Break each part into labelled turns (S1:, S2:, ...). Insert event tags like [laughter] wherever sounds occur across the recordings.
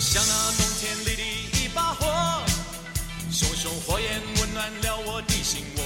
S1: 像那冬天里的一把火，熊熊火焰温暖了我的心窝。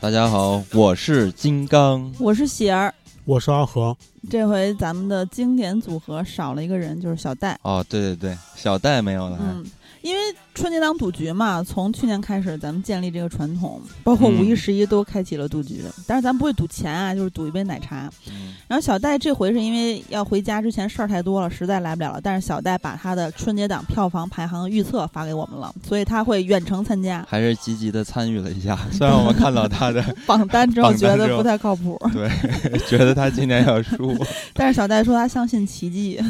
S2: 大家好，我是金刚。
S3: 我是喜儿。
S4: 我是阿和，
S3: 这回咱们的经典组合少了一个人，就是小戴。
S2: 哦，对对对，小戴没有来，
S3: 嗯，因为春节档赌局嘛，从去年开始咱们建立这个传统，包括
S2: 嗯
S3: 五一、十一都开启了赌局。但是咱不会赌钱啊，就是赌一杯奶茶。
S2: 嗯
S3: 然后小戴这回是因为要回家之前事儿太多了，实在来不了了。但是小戴把他的春节档票房排行预测发给我们了，所以他会远程参
S2: [laughs]
S3: 加。
S2: 还是积极的参与了 [laughs] 一下。虽然我们看到他 [laughs] 的，
S3: 榜单之后
S2: 榜单之
S3: 觉得
S2: 后
S3: 不太靠谱， [laughs]
S2: 觉得他今年要输，
S3: 但是小戴说他相信奇迹，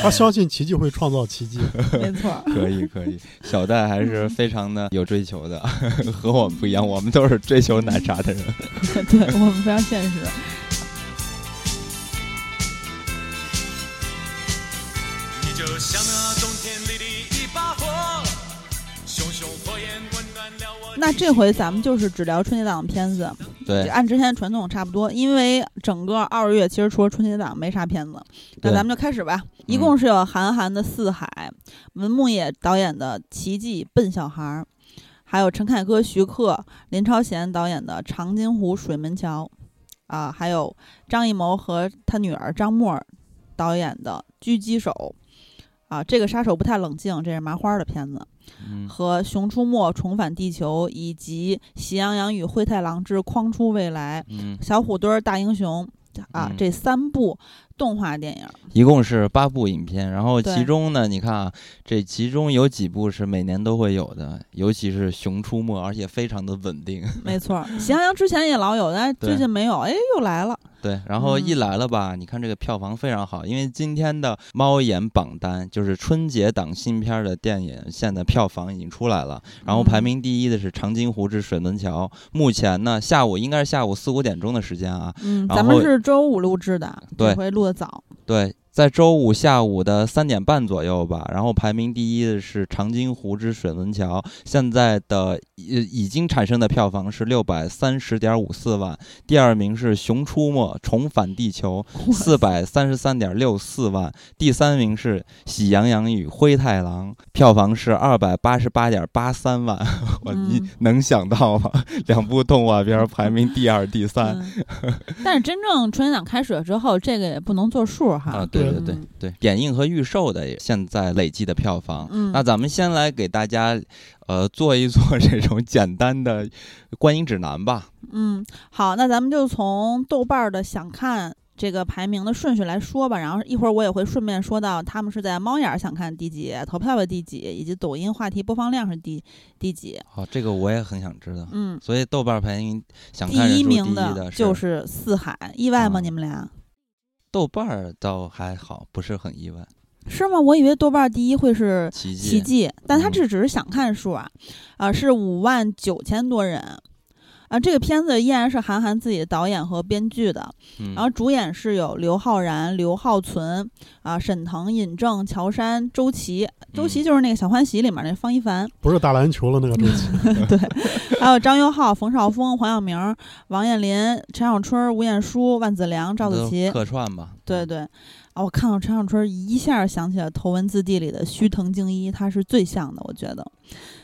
S4: 他相信奇迹会创造奇
S2: [laughs]
S4: 迹。
S3: 没错儿。
S2: [laughs]
S3: [laughs]
S2: 可以可以。小戴还是非常的有追 [laughs] 求的，和我们不一样，我们都是追求奶茶的人。
S3: 对我们非常现实。
S1: 你就像那冬天里的一把火，熊熊火焰温暖了我的心。
S3: 那这回咱们就是只聊春节档的片子，
S2: [laughs] 对，
S3: 按之前传统差不多，因为整个二月其实除了春节档没啥片子，那
S2: 对嗯
S3: 咱们就开始吧。一共是有韩寒的《四海》，文牧野导演的《奇迹笨小孩儿》，还有陈凯歌、徐克、林超贤导演的《长津湖水门桥》，啊，还有张艺谋和他女儿张默儿导演的《狙击手》，啊，这个杀手不太冷静，这是麻花儿的片子。
S2: 嗯，
S3: 和《熊出没：重返地球》以及《喜羊羊与灰太狼之筐出未来》
S2: 嗯，
S3: 《小虎墩儿大英雄》啊、
S2: 嗯
S3: 这三部动画
S2: [laughs]
S3: 电影。
S2: 一共是八部影片，然后
S3: 对
S2: 其中呢，你看啊，这其中有几部是每年都会有的，尤其是《熊出没》，而且非常的稳定。
S3: 没错儿，《喜羊羊》之前也老有，但是
S2: 对
S3: 最近没有，哎，又来了。
S2: 对，然后一
S3: 嗯
S2: 来了吧，你看这个票房非常好，因为今天的猫眼榜单就是春节档新片儿的电影，现在票房已经出来了。然后排
S3: 嗯
S2: 名第一的是《长津湖之水门桥》，目前呢下午应该是下午四五点钟的时间啊，
S3: 嗯，
S2: 然
S3: 咱们
S2: 后
S3: 是周五录制的，
S2: 对
S3: 这回录的早。
S2: 对，在周五下午的三点半左右吧。然后排名第一的是《长津湖之水门桥》，现在的已已经产生的票房是六百三十点五四万。第二名是《熊出没：重返地球》，四百三十三点六四万。第三名是《喜羊羊与灰太狼》，票房是二百八十八点八三万。 [laughs] 我、你
S3: 嗯
S2: 能想到吗？ [laughs] 两部动画片儿排名第二、第三。
S3: [laughs]
S2: [laughs]
S3: 嗯，但是真正春节档开始了之后，这个也不能作数哈。
S2: 啊，对对
S4: 对
S2: 对
S3: 嗯
S2: 对，点映和预售的现在累计的票房，
S3: 嗯
S2: 那咱们先来给大家，呃，做一做 [laughs] 这种简单的观影指南吧。
S3: 嗯，好，那咱们就从豆瓣儿的想看这个排名的顺序来说吧，然后一会儿我也会顺便说到他们是在猫眼儿想看第几、投票的第几，以及抖音话题播放量是第第几。
S2: 好、这个我也很想知道。
S3: 嗯，
S2: 所以豆瓣排名想
S3: 第
S2: 看人数第
S3: 名
S2: 一的
S3: 就是四海，意外吗？
S2: 嗯
S3: 你们俩
S2: 豆瓣儿倒还好，不是很意外。
S3: 是吗？我以为豆瓣儿第一会是
S2: 奇迹，
S3: 奇迹，但它
S2: 嗯
S3: 这只是想看数啊，啊、是五万九千多人。啊，这个片子依然是韩寒自己导演和编剧的，
S2: 嗯，
S3: 然后主演是有刘昊然、刘浩存啊、沈腾、尹正、乔杉、周琦，周
S2: 嗯
S3: 琦就是那个《小欢喜》里面那方一凡，
S4: 不是打篮球了那个周琦，
S3: 还有张佑浩、冯绍峰、黄晓明、王彦霖、陈小春、吴彦姝、万梓良、赵子
S2: 都
S3: 琪。
S2: 客串吧。
S3: 对对，啊，我看到陈小春一下想起了《头文字 D》里的须藤敬一，他是最像的，我觉得。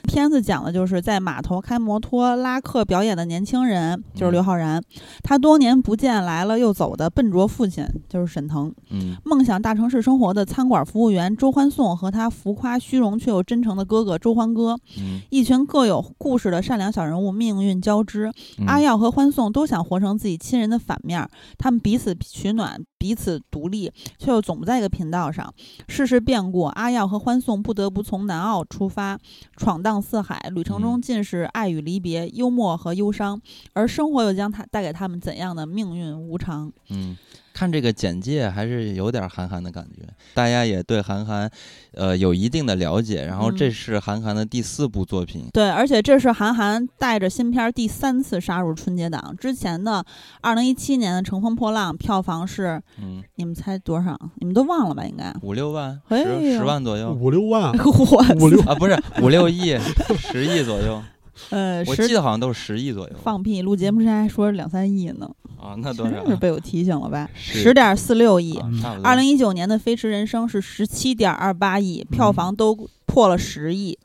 S3: 片子讲的就是在码头开摩托拉客表演的年轻人，就
S2: 嗯
S3: 是刘昊然，他多年不见来了又走的笨拙父亲，就是沈腾。
S2: 嗯，
S3: 梦想大城市生活的餐馆服务员周欢颂和他浮夸虚荣却又真诚的哥哥周欢哥，
S2: 嗯
S3: 一群各有故事的善良小人物命运交织。
S2: 嗯，
S3: 阿耀和欢颂都想活成自己亲人的反面儿，他们彼此取暖，彼此独立，却又总不在一个频道上。世事变故，阿耀和欢颂不得不从南澳出发，闯荡四海，旅程中
S2: 嗯
S3: 尽是爱与离别、幽默和忧伤，而生活又将他带给他们怎样的命运无常？
S2: 嗯，看这个简介还是有点韩寒的感觉，大家也对韩寒，呃，有一定的了解。然后这
S3: 嗯
S2: 是韩寒的第四部作品，
S3: 对，而且这是韩寒带着新片儿第三次杀入春节档。之前的二零一七年的《乘风破浪》票房是
S2: 嗯，
S3: 你们猜多少？你们都忘了吧？应该 [laughs]
S2: 五六万，
S3: 哎
S2: 十
S3: 呦
S2: 十万左右
S4: 五六万，
S3: 我
S4: 五六
S2: 啊，不是五六
S3: [laughs]
S2: 亿，十亿左右，
S3: 呃
S2: 我记
S3: 十
S2: 得好像都是十亿左右。
S3: 放屁！录节目之前还说两三亿呢。
S2: 啊、啊，那多少
S3: 真？是被我提醒了吧？
S2: 是
S3: 十点四六亿。
S2: 啊差不多
S3: 二零一九年的《飞驰人生》是十七点二八
S2: 嗯
S3: 亿，票房都破了十亿。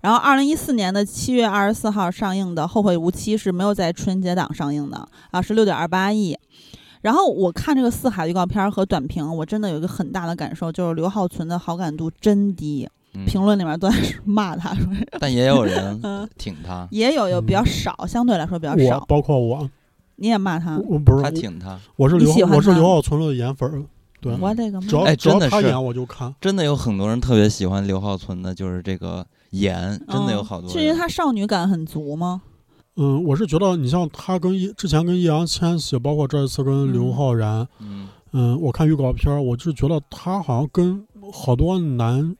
S3: 然后，二零一四年的七月二十四号上映的《后会无期》是没有在春节档上映的啊，是六点二八亿。然后我看这个四海预告片儿和短评，我真的有一个很大的感受，就是刘浩存的好感度真低，
S2: 嗯
S3: 评论里面都在骂他，说
S2: [laughs] 但也有人
S3: 嗯
S2: 挺
S3: [laughs]
S2: 他，
S3: 也有有比较少，相对来说比较
S4: 我
S3: 少。
S4: 包括我，
S3: 你也骂他
S4: 我，我不
S2: 他嗯
S4: 是，
S2: 挺他，
S4: 我是
S3: 你
S4: 刘
S3: 喜
S4: 浩，
S3: 欢
S4: 我是
S3: 他
S4: 刘浩存了的颜粉儿，对，
S3: 我这个妈
S4: 只要、
S2: 哎
S4: 只要
S2: 真的
S4: 他
S2: 是
S4: 演我就看，
S2: 真的有很多人特别喜欢刘浩存的，就是这个颜，真的有好多
S3: 嗯
S2: 人。
S3: 是因为他少女感很足吗？
S4: 嗯，我是觉得你像他跟易之前跟易烊千玺，包括这一次跟刘
S3: 嗯
S4: 昊然，
S2: 嗯
S4: 嗯，我看预告片儿，我就觉得他好像跟好多男，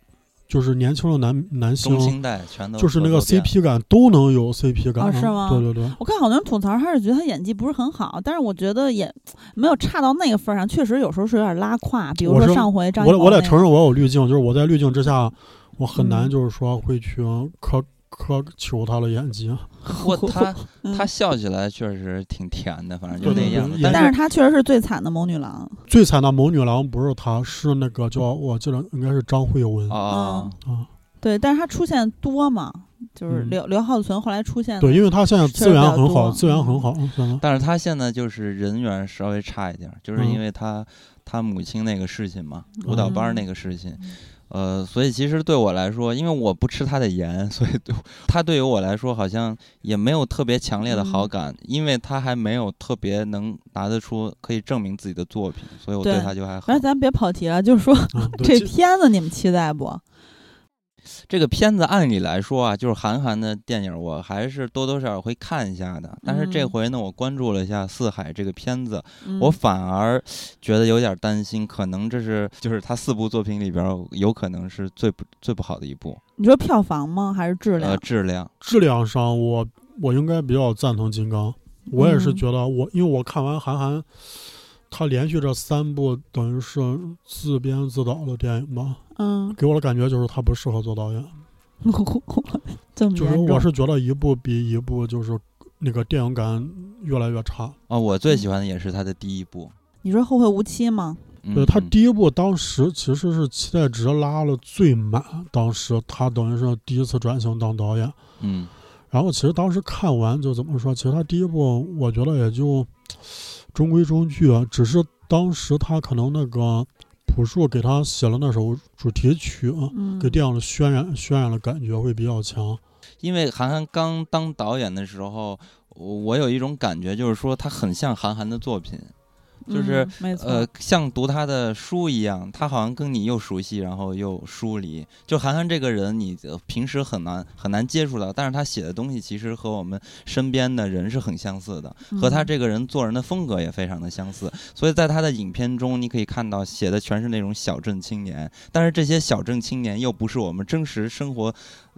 S4: 就是年轻的男男
S2: 中
S4: 星，
S2: 青代全都
S4: 就是那个
S2: 合作遍
S4: CP 感都能有 CP 感，啊
S3: 哦是吗
S4: 对对对，
S3: 我看好多人吐槽，他是觉得他演技不是很好，但是我觉得也没有差到那个份儿上，确实有时候是有点拉胯。比如
S4: 我
S3: 说
S4: 是
S3: 上回张艺
S4: 我
S3: 谋
S4: 我得
S3: 那个
S4: 承认我有滤镜，就是我在滤镜之下，我很难
S3: 嗯
S4: 就是说会去苛苛求他的演技，啊 [laughs]
S2: 不过他
S3: 嗯
S2: 他笑起来确实挺甜的，反正就
S4: 对
S2: 那
S4: 对
S2: 样
S4: 对
S2: 子。
S4: 也
S3: 但
S2: 是
S3: 是他确实是最惨的谋女郎，
S4: 最惨的谋女郎不是他，是那个叫我记得应该是张慧雯啊、
S2: 哦，
S3: 嗯对，但是他出现多嘛，就是
S4: 嗯
S3: 刘、刘浩存后来出现的嗯
S4: 对，因为他现在
S3: 确实
S4: 资源
S3: 比较
S4: 很好，
S3: 多嗯
S4: 资源很好，嗯真的。
S2: 但是他现在就是人缘稍微差一点儿，就是
S4: 嗯
S2: 因为他、他母亲那个事情嘛，舞蹈班儿那个事情，
S3: 嗯
S2: 呃，所以其实对我来说，因为我不吃他的盐，所以对我他对于我来说好像也没有特别强烈的
S3: 嗯
S2: 好感，因为他还没有特别能拿得出可以证明自己的作品，所以我对
S3: 对
S2: 他就还好
S3: 反正。咱别跑题了，就是说 [laughs]
S4: 嗯，
S3: 这
S4: 对，其
S3: 片子你们期待不？
S2: 这个片子按理来说啊，就是韩寒的电影，我还是多多少少会看一下的。但是这
S3: 嗯
S2: 回呢，我关注了一下《四海》这个片子，
S3: 嗯、
S2: 我反而觉得有点担心，可能这是就是他四部作品里边儿有可能是最不最不好的一部，
S3: 你说票房吗？还是质量？
S2: 呃，质量。
S4: 质量上我我应该比较赞同金刚。我也是
S3: 嗯
S4: 觉得我，因为我看完韩寒，他连续这三部等于是自编自导的电影吧，
S3: 嗯， [laughs]
S4: 给我的感觉就是他不适合做导演。
S3: 这么
S4: 就是
S3: 严重？
S4: 我是觉得一部比一部就是那个电影感越来越差。
S2: 啊、我
S4: 嗯
S2: 最喜欢的也是他的第一部。
S3: 你说后会无期吗？
S2: 嗯、
S4: 对他
S2: 嗯
S4: 第一部当时其实是期待值拉了最满，当时他等于是第一次转型当导演。
S2: 嗯
S4: 然后其实当时看完就怎么说，其实他第一部我觉得也就中规中矩，啊，只是当时他可能那个朴树给他写了那首主题曲，啊，
S3: 嗯，
S4: 给电影的渲染渲染的感觉会比较强。
S2: 因为韩寒刚当导演的时候，我我有一种感觉，就是说他很像韩寒的作品，就是
S3: 嗯没错，
S2: 呃，像读他的书一样，他好像跟你又熟悉，然后又疏离。就韩寒这个人，你呃平时很难很难接触到，但是他写的东西其实和我们身边的人是很相似的，和他
S3: 嗯
S2: 这个人做人的风格也非常的相似。所以在他的影片中，你可以看到写的全是那种小镇青年，但是这些小镇青年又不是我们真实生活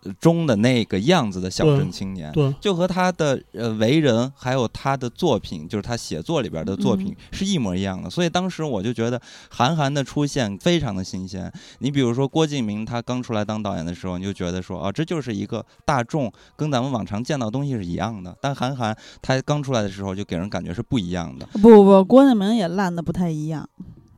S2: 呃中的那个样子的小
S4: 对
S2: 镇青年。
S4: 对，
S2: 就和他的呃为人，还有他的作品，就是他写作里边的作品
S3: 嗯
S2: 是一模一样的。所以当时我就觉得韩寒的出现非常的新鲜。你比如说郭敬明，他刚出来当导演的时候，你就觉得说啊，这就是一个大众跟咱们往常见到的东西是一样的。但韩寒他刚出来的时候，就给人感觉是不一样的。
S3: 不不不，郭敬明也烂的不太一样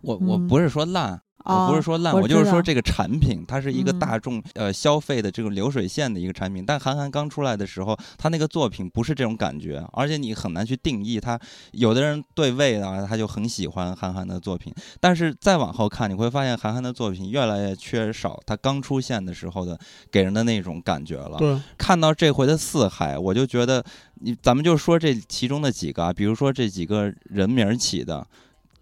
S2: 我我
S3: 嗯
S2: 不是说烂，
S3: 啊。
S2: 我不是说烂，
S3: 我
S2: 我就是
S3: 知
S2: 说
S3: 道
S2: 这个产品，它是一个
S3: 嗯
S2: 大众、呃消费的这种流水线的一个产品。但韩寒刚出来的时候，他那个作品不是这种感觉，而且你很难去定义他。有的人对味啊，他就很喜欢韩寒的作品，但是再往后看，你会发现韩寒的作品越来越缺少他刚出现的时候的给人的那种感觉了。
S4: 对，
S2: 看到这回的四海，我就觉得你咱们就说这其中的几个啊，比如说这几个人名儿起的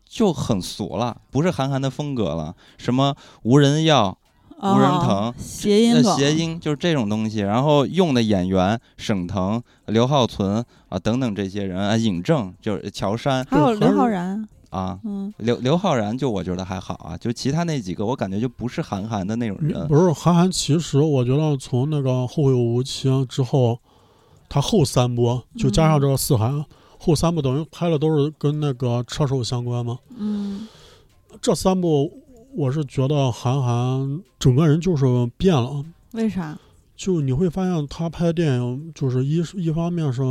S2: 就很俗了，不是韩寒的风格了。什么无人要、
S3: 啊
S2: 无人疼
S3: 谐
S2: 那
S3: 音梗，
S2: 谐音就是这种东西，然后用的演员沈腾、刘浩存啊等等这些人啊，尹正就是乔杉
S3: 还有
S4: 对
S3: 刘
S4: 还
S3: 昊
S4: 是
S3: 然，
S2: 啊。
S3: 嗯，
S2: 刘刘昊然就我觉得还好啊，就其他那几个我感觉就不是韩寒的那种人，
S4: 不是韩寒，其实我觉得从那个《后会无期》之后，他后三部就加
S2: 嗯
S4: 上这个四海，后三部等于拍的都是跟那个车手相关嘛。
S3: 嗯，
S4: 这三部我是觉得韩寒整个人就是变了，
S3: 为啥？
S4: 就你嗯会发现他拍电影就是一一方面是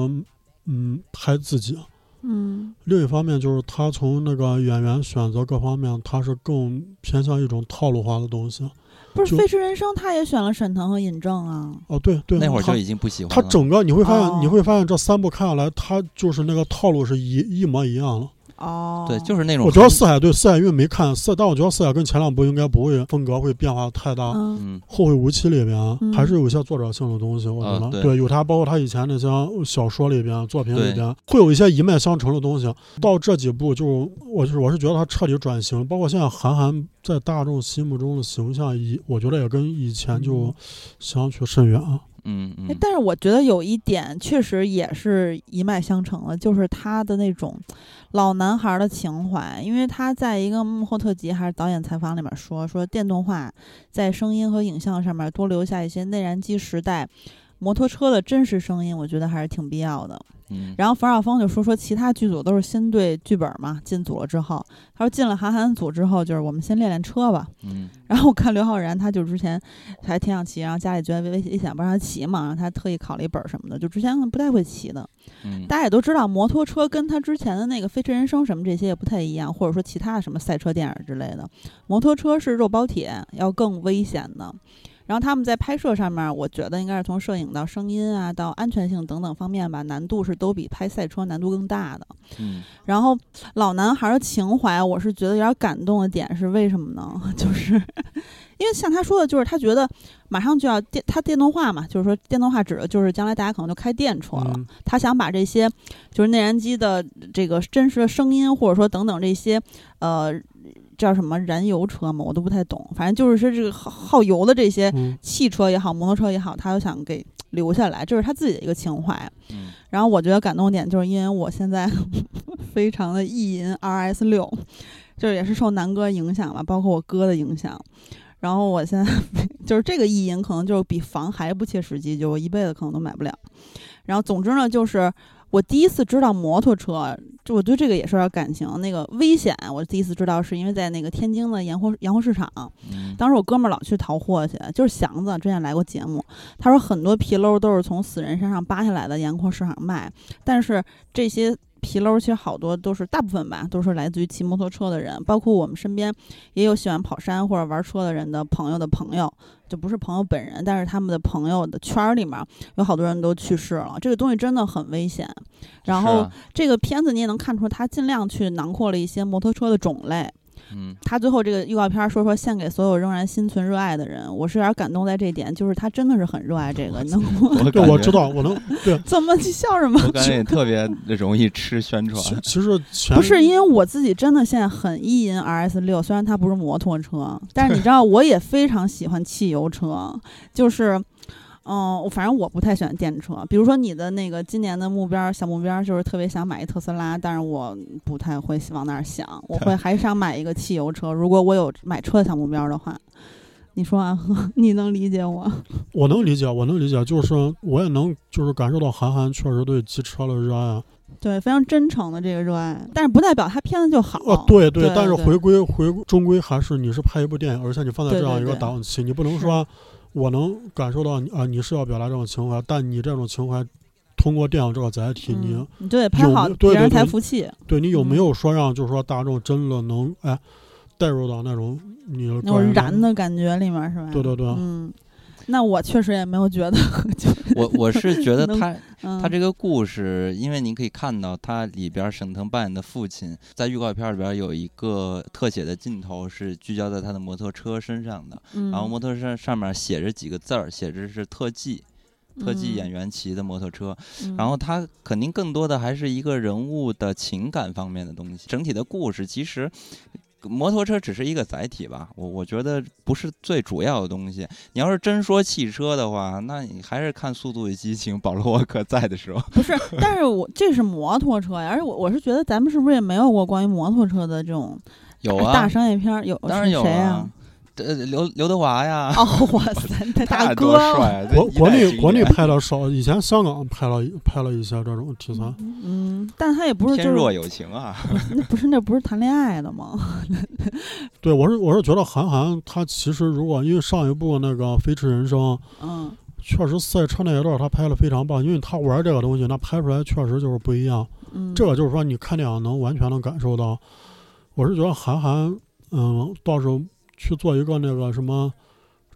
S4: 嗯拍自己，
S3: 嗯
S4: 另一方面就是他从那个演员选择各方面，他是更偏向一种套路化的东西。
S3: 不是
S4: 就
S3: 《飞驰人生》，他也选了沈腾和尹正啊。
S4: 哦，对对，
S2: 那会儿
S4: 他
S2: 就已经不喜欢
S4: 他
S2: 了。
S4: 整个你会发现，
S3: 哦
S4: 你会发现这三部看下来，他就是那个套路是一一模一样的。
S3: 哦，
S2: 对，就是那种
S4: 我觉得
S2: 很
S4: 四海对四海因为没看四，但我觉得四海跟前两部应该不会风格会变化太大。
S3: 嗯
S2: 嗯
S4: 后会无期》里边、
S3: 嗯
S4: 还是有一些作者性的东西，我觉得、
S2: 啊对
S4: 有他，包括他以前那些小说里边、作品里
S2: 对
S4: 边，会有一些一脉相承的东西。到这几部就，我就是我是觉得他彻底转型，包括现在韩寒在大众心目中的形象，以我觉得也跟以前
S3: 嗯
S4: 就相去甚远。啊
S2: 嗯
S3: 哎
S2: 嗯，
S3: 但是我觉得有一点确实也是一脉相承的，就是他的那种老男孩儿的情怀。因为他在一个幕后特辑还是导演采访里面说，说电动化在声音和影像上面多留下一些内燃机时代摩托车的真实声音，我觉得还是挺必要的。
S2: 嗯
S3: 然后冯绍峰就说说其他剧组都是先对剧本嘛，进组了之后，他说进了韩寒组之后，就是我们先练练车吧。
S2: 嗯
S3: 然后我看刘昊然，他就之前还挺想骑，然后家里觉得危危险，不让他骑嘛，然后他特意考了一本儿什么的，就之前不太会骑的。
S2: 嗯，
S3: 大家也都知道，摩托车跟他之前的那个《飞驰人生》什么这些也不太一样，或者说其他什么赛车电影之类的，摩托车是肉包铁，要更危险的。然后他们在拍摄上面，我觉得应该是从摄影到声音啊，到安全性等等方面吧，难度是都比拍赛车难度更大的。
S2: 嗯
S3: 然后老男孩的情怀，我是觉得有点感动的点是为什么呢？ [laughs] 就是因为像他说的，就是他觉得马上就要电，他电动化嘛，就是说电动化指的就是将来大家可能就开电车了。
S4: 嗯
S3: 他想把这些就是内燃机的这个真实的声音，或者说等等这些呃叫什么燃油车嘛，我都不太懂，反正就是说这个耗耗油的这些
S4: 嗯，
S3: 汽车也好，摩托车也好，他都想给留下来，这是他自己的一个情怀。啊
S2: 嗯
S3: 然后我觉得感动点就是因为我现在 [laughs] 非常的意淫 RS 六，就是也是受南哥影响吧，包括我哥的影响。然后我现在 [laughs] 就是这个意淫，可能就是比房还不切实际，就我一辈子可能都买不了。然后总之呢，就是我第一次知道摩托车，就我对这个也是有点感情。那个危险，我第一次知道是因为在那个天津的盐湖盐湖市场，
S2: 嗯
S3: 当时我哥们儿老去淘货去，就是祥子之前来过节目，他说很多皮褛都是从死人身上扒下来的，沿空市场卖，但是这些。皮褛其实好多都是，大部分吧都是来自于骑摩托车的人，包括我们身边也有喜欢跑山或者玩车的人的朋友的朋友，就不是朋友本人，但是他们的朋友的圈儿里面有好多人都去世了，这个东西真的很危险。然
S2: 是
S3: 后
S2: 啊
S3: 这个片子你也能看出，他尽量去囊括了一些摩托车的种类，
S2: [laughs] 嗯
S3: 他最后这个预告片儿说说献给所有仍然心存热爱的人，我是有点感动在这一点，就是他真的是很热爱这个，你能。
S4: 对，
S2: 感
S4: 我
S2: 觉
S4: 知道，我能对
S3: 怎么你笑什么？
S2: 我感觉也特别容易吃宣
S4: 其
S2: 传。
S4: 其实前
S3: 不是因为我自己真的现在很意淫 RS 六，虽然它不是摩托车，但是你知道我也非常喜欢汽油车，就是。嗯，我反正我不太喜欢电车。比如说你的那个今年的目标小目标就是特别想买一特斯拉，但是我不太会往那儿想，我
S4: [laughs]
S3: 会还想买一个汽油车。如果我有买车的小目标的话，你说啊， [laughs] 你能理解我？
S4: 我能理解，我能理解，就是我也能就是感受到韩寒确实对机车的热爱啊。
S3: 对，非常真诚的这个热爱，但是不代表他片子就好。
S4: 啊，对对
S3: 哦对，
S4: 但是
S3: 对
S4: 回归回归终归还是你是拍一部电影，而且你放在
S3: 对
S4: 这样
S3: 对
S4: 一个
S3: 对
S4: 档期，你不能
S3: 是
S4: 说我能感受到你啊，你是要表达这种情怀，但你这种情怀通过电影这个载体，
S3: 嗯
S4: 你啊
S3: 你就得拍
S4: 有
S3: 好，
S4: 没对
S3: 别人
S4: 对
S3: 才
S4: 对
S3: 服气。
S4: 对你有没
S3: 嗯
S4: 有说让就是说大众真的能哎带入到那种你的
S3: 那
S4: 个
S3: 种
S4: 呃人
S3: 燃的感觉里面是吧？
S4: 对对对
S3: 嗯，那我确实也没有觉得， [laughs]
S2: [laughs]
S3: 就
S2: 我我是觉得
S3: [laughs] 能
S2: 他
S3: 嗯，
S2: 他这个故事，因为您可以看到，它里边儿沈腾扮演的父亲在预告片里边儿有一个特写的镜头是聚焦在他的摩托车身上的，
S3: 嗯，
S2: 然后摩托车上面写着几个字儿，写着是特技，特技演
S3: 员，
S2: 员骑的摩托车。
S3: 嗯
S2: 然后它肯定更多的还是一个人物的情感方面的东西，整体的故事其实。摩托车只是一个载体吧，我我觉得不是最主要的东西。你要是真说汽车的话，那你还是看《速度与激情》保罗沃克在的时候。
S3: 不是，但是我这是摩托车呀，而且我我是觉得咱们是不是也没有过关于摩托车的这种
S2: 有啊，
S3: 哎大商业片儿？有，
S2: 当然
S3: 是
S2: 有
S3: 谁
S2: 啊
S3: 呀？，
S2: 这刘刘德华呀， [laughs]
S3: 哦，哇塞，那大
S2: 太
S3: 哥
S2: 多帅了，这
S4: 国
S2: 一
S4: 国
S2: 代
S4: 内
S2: 经
S4: 国内
S2: 典
S4: 拍的少，以前香港拍了拍了一些这种题材，
S3: 嗯，但他也不是
S2: 天
S3: 就
S2: 若
S3: 是
S2: 有情啊，
S3: 那不是那不是谈恋爱的吗？
S4: 对我是我是觉得韩寒他其实如果因为上一部那个《飞驰人生》。
S3: 嗯，
S4: 确实赛车那一段他拍的非常棒，因为他玩这个东西，那拍出来确实就是不一样。
S3: 嗯， [laughs]
S4: 这个就是说，你看电影能完全能感受到。我是觉得韩寒，嗯，到时候去做一个那个什么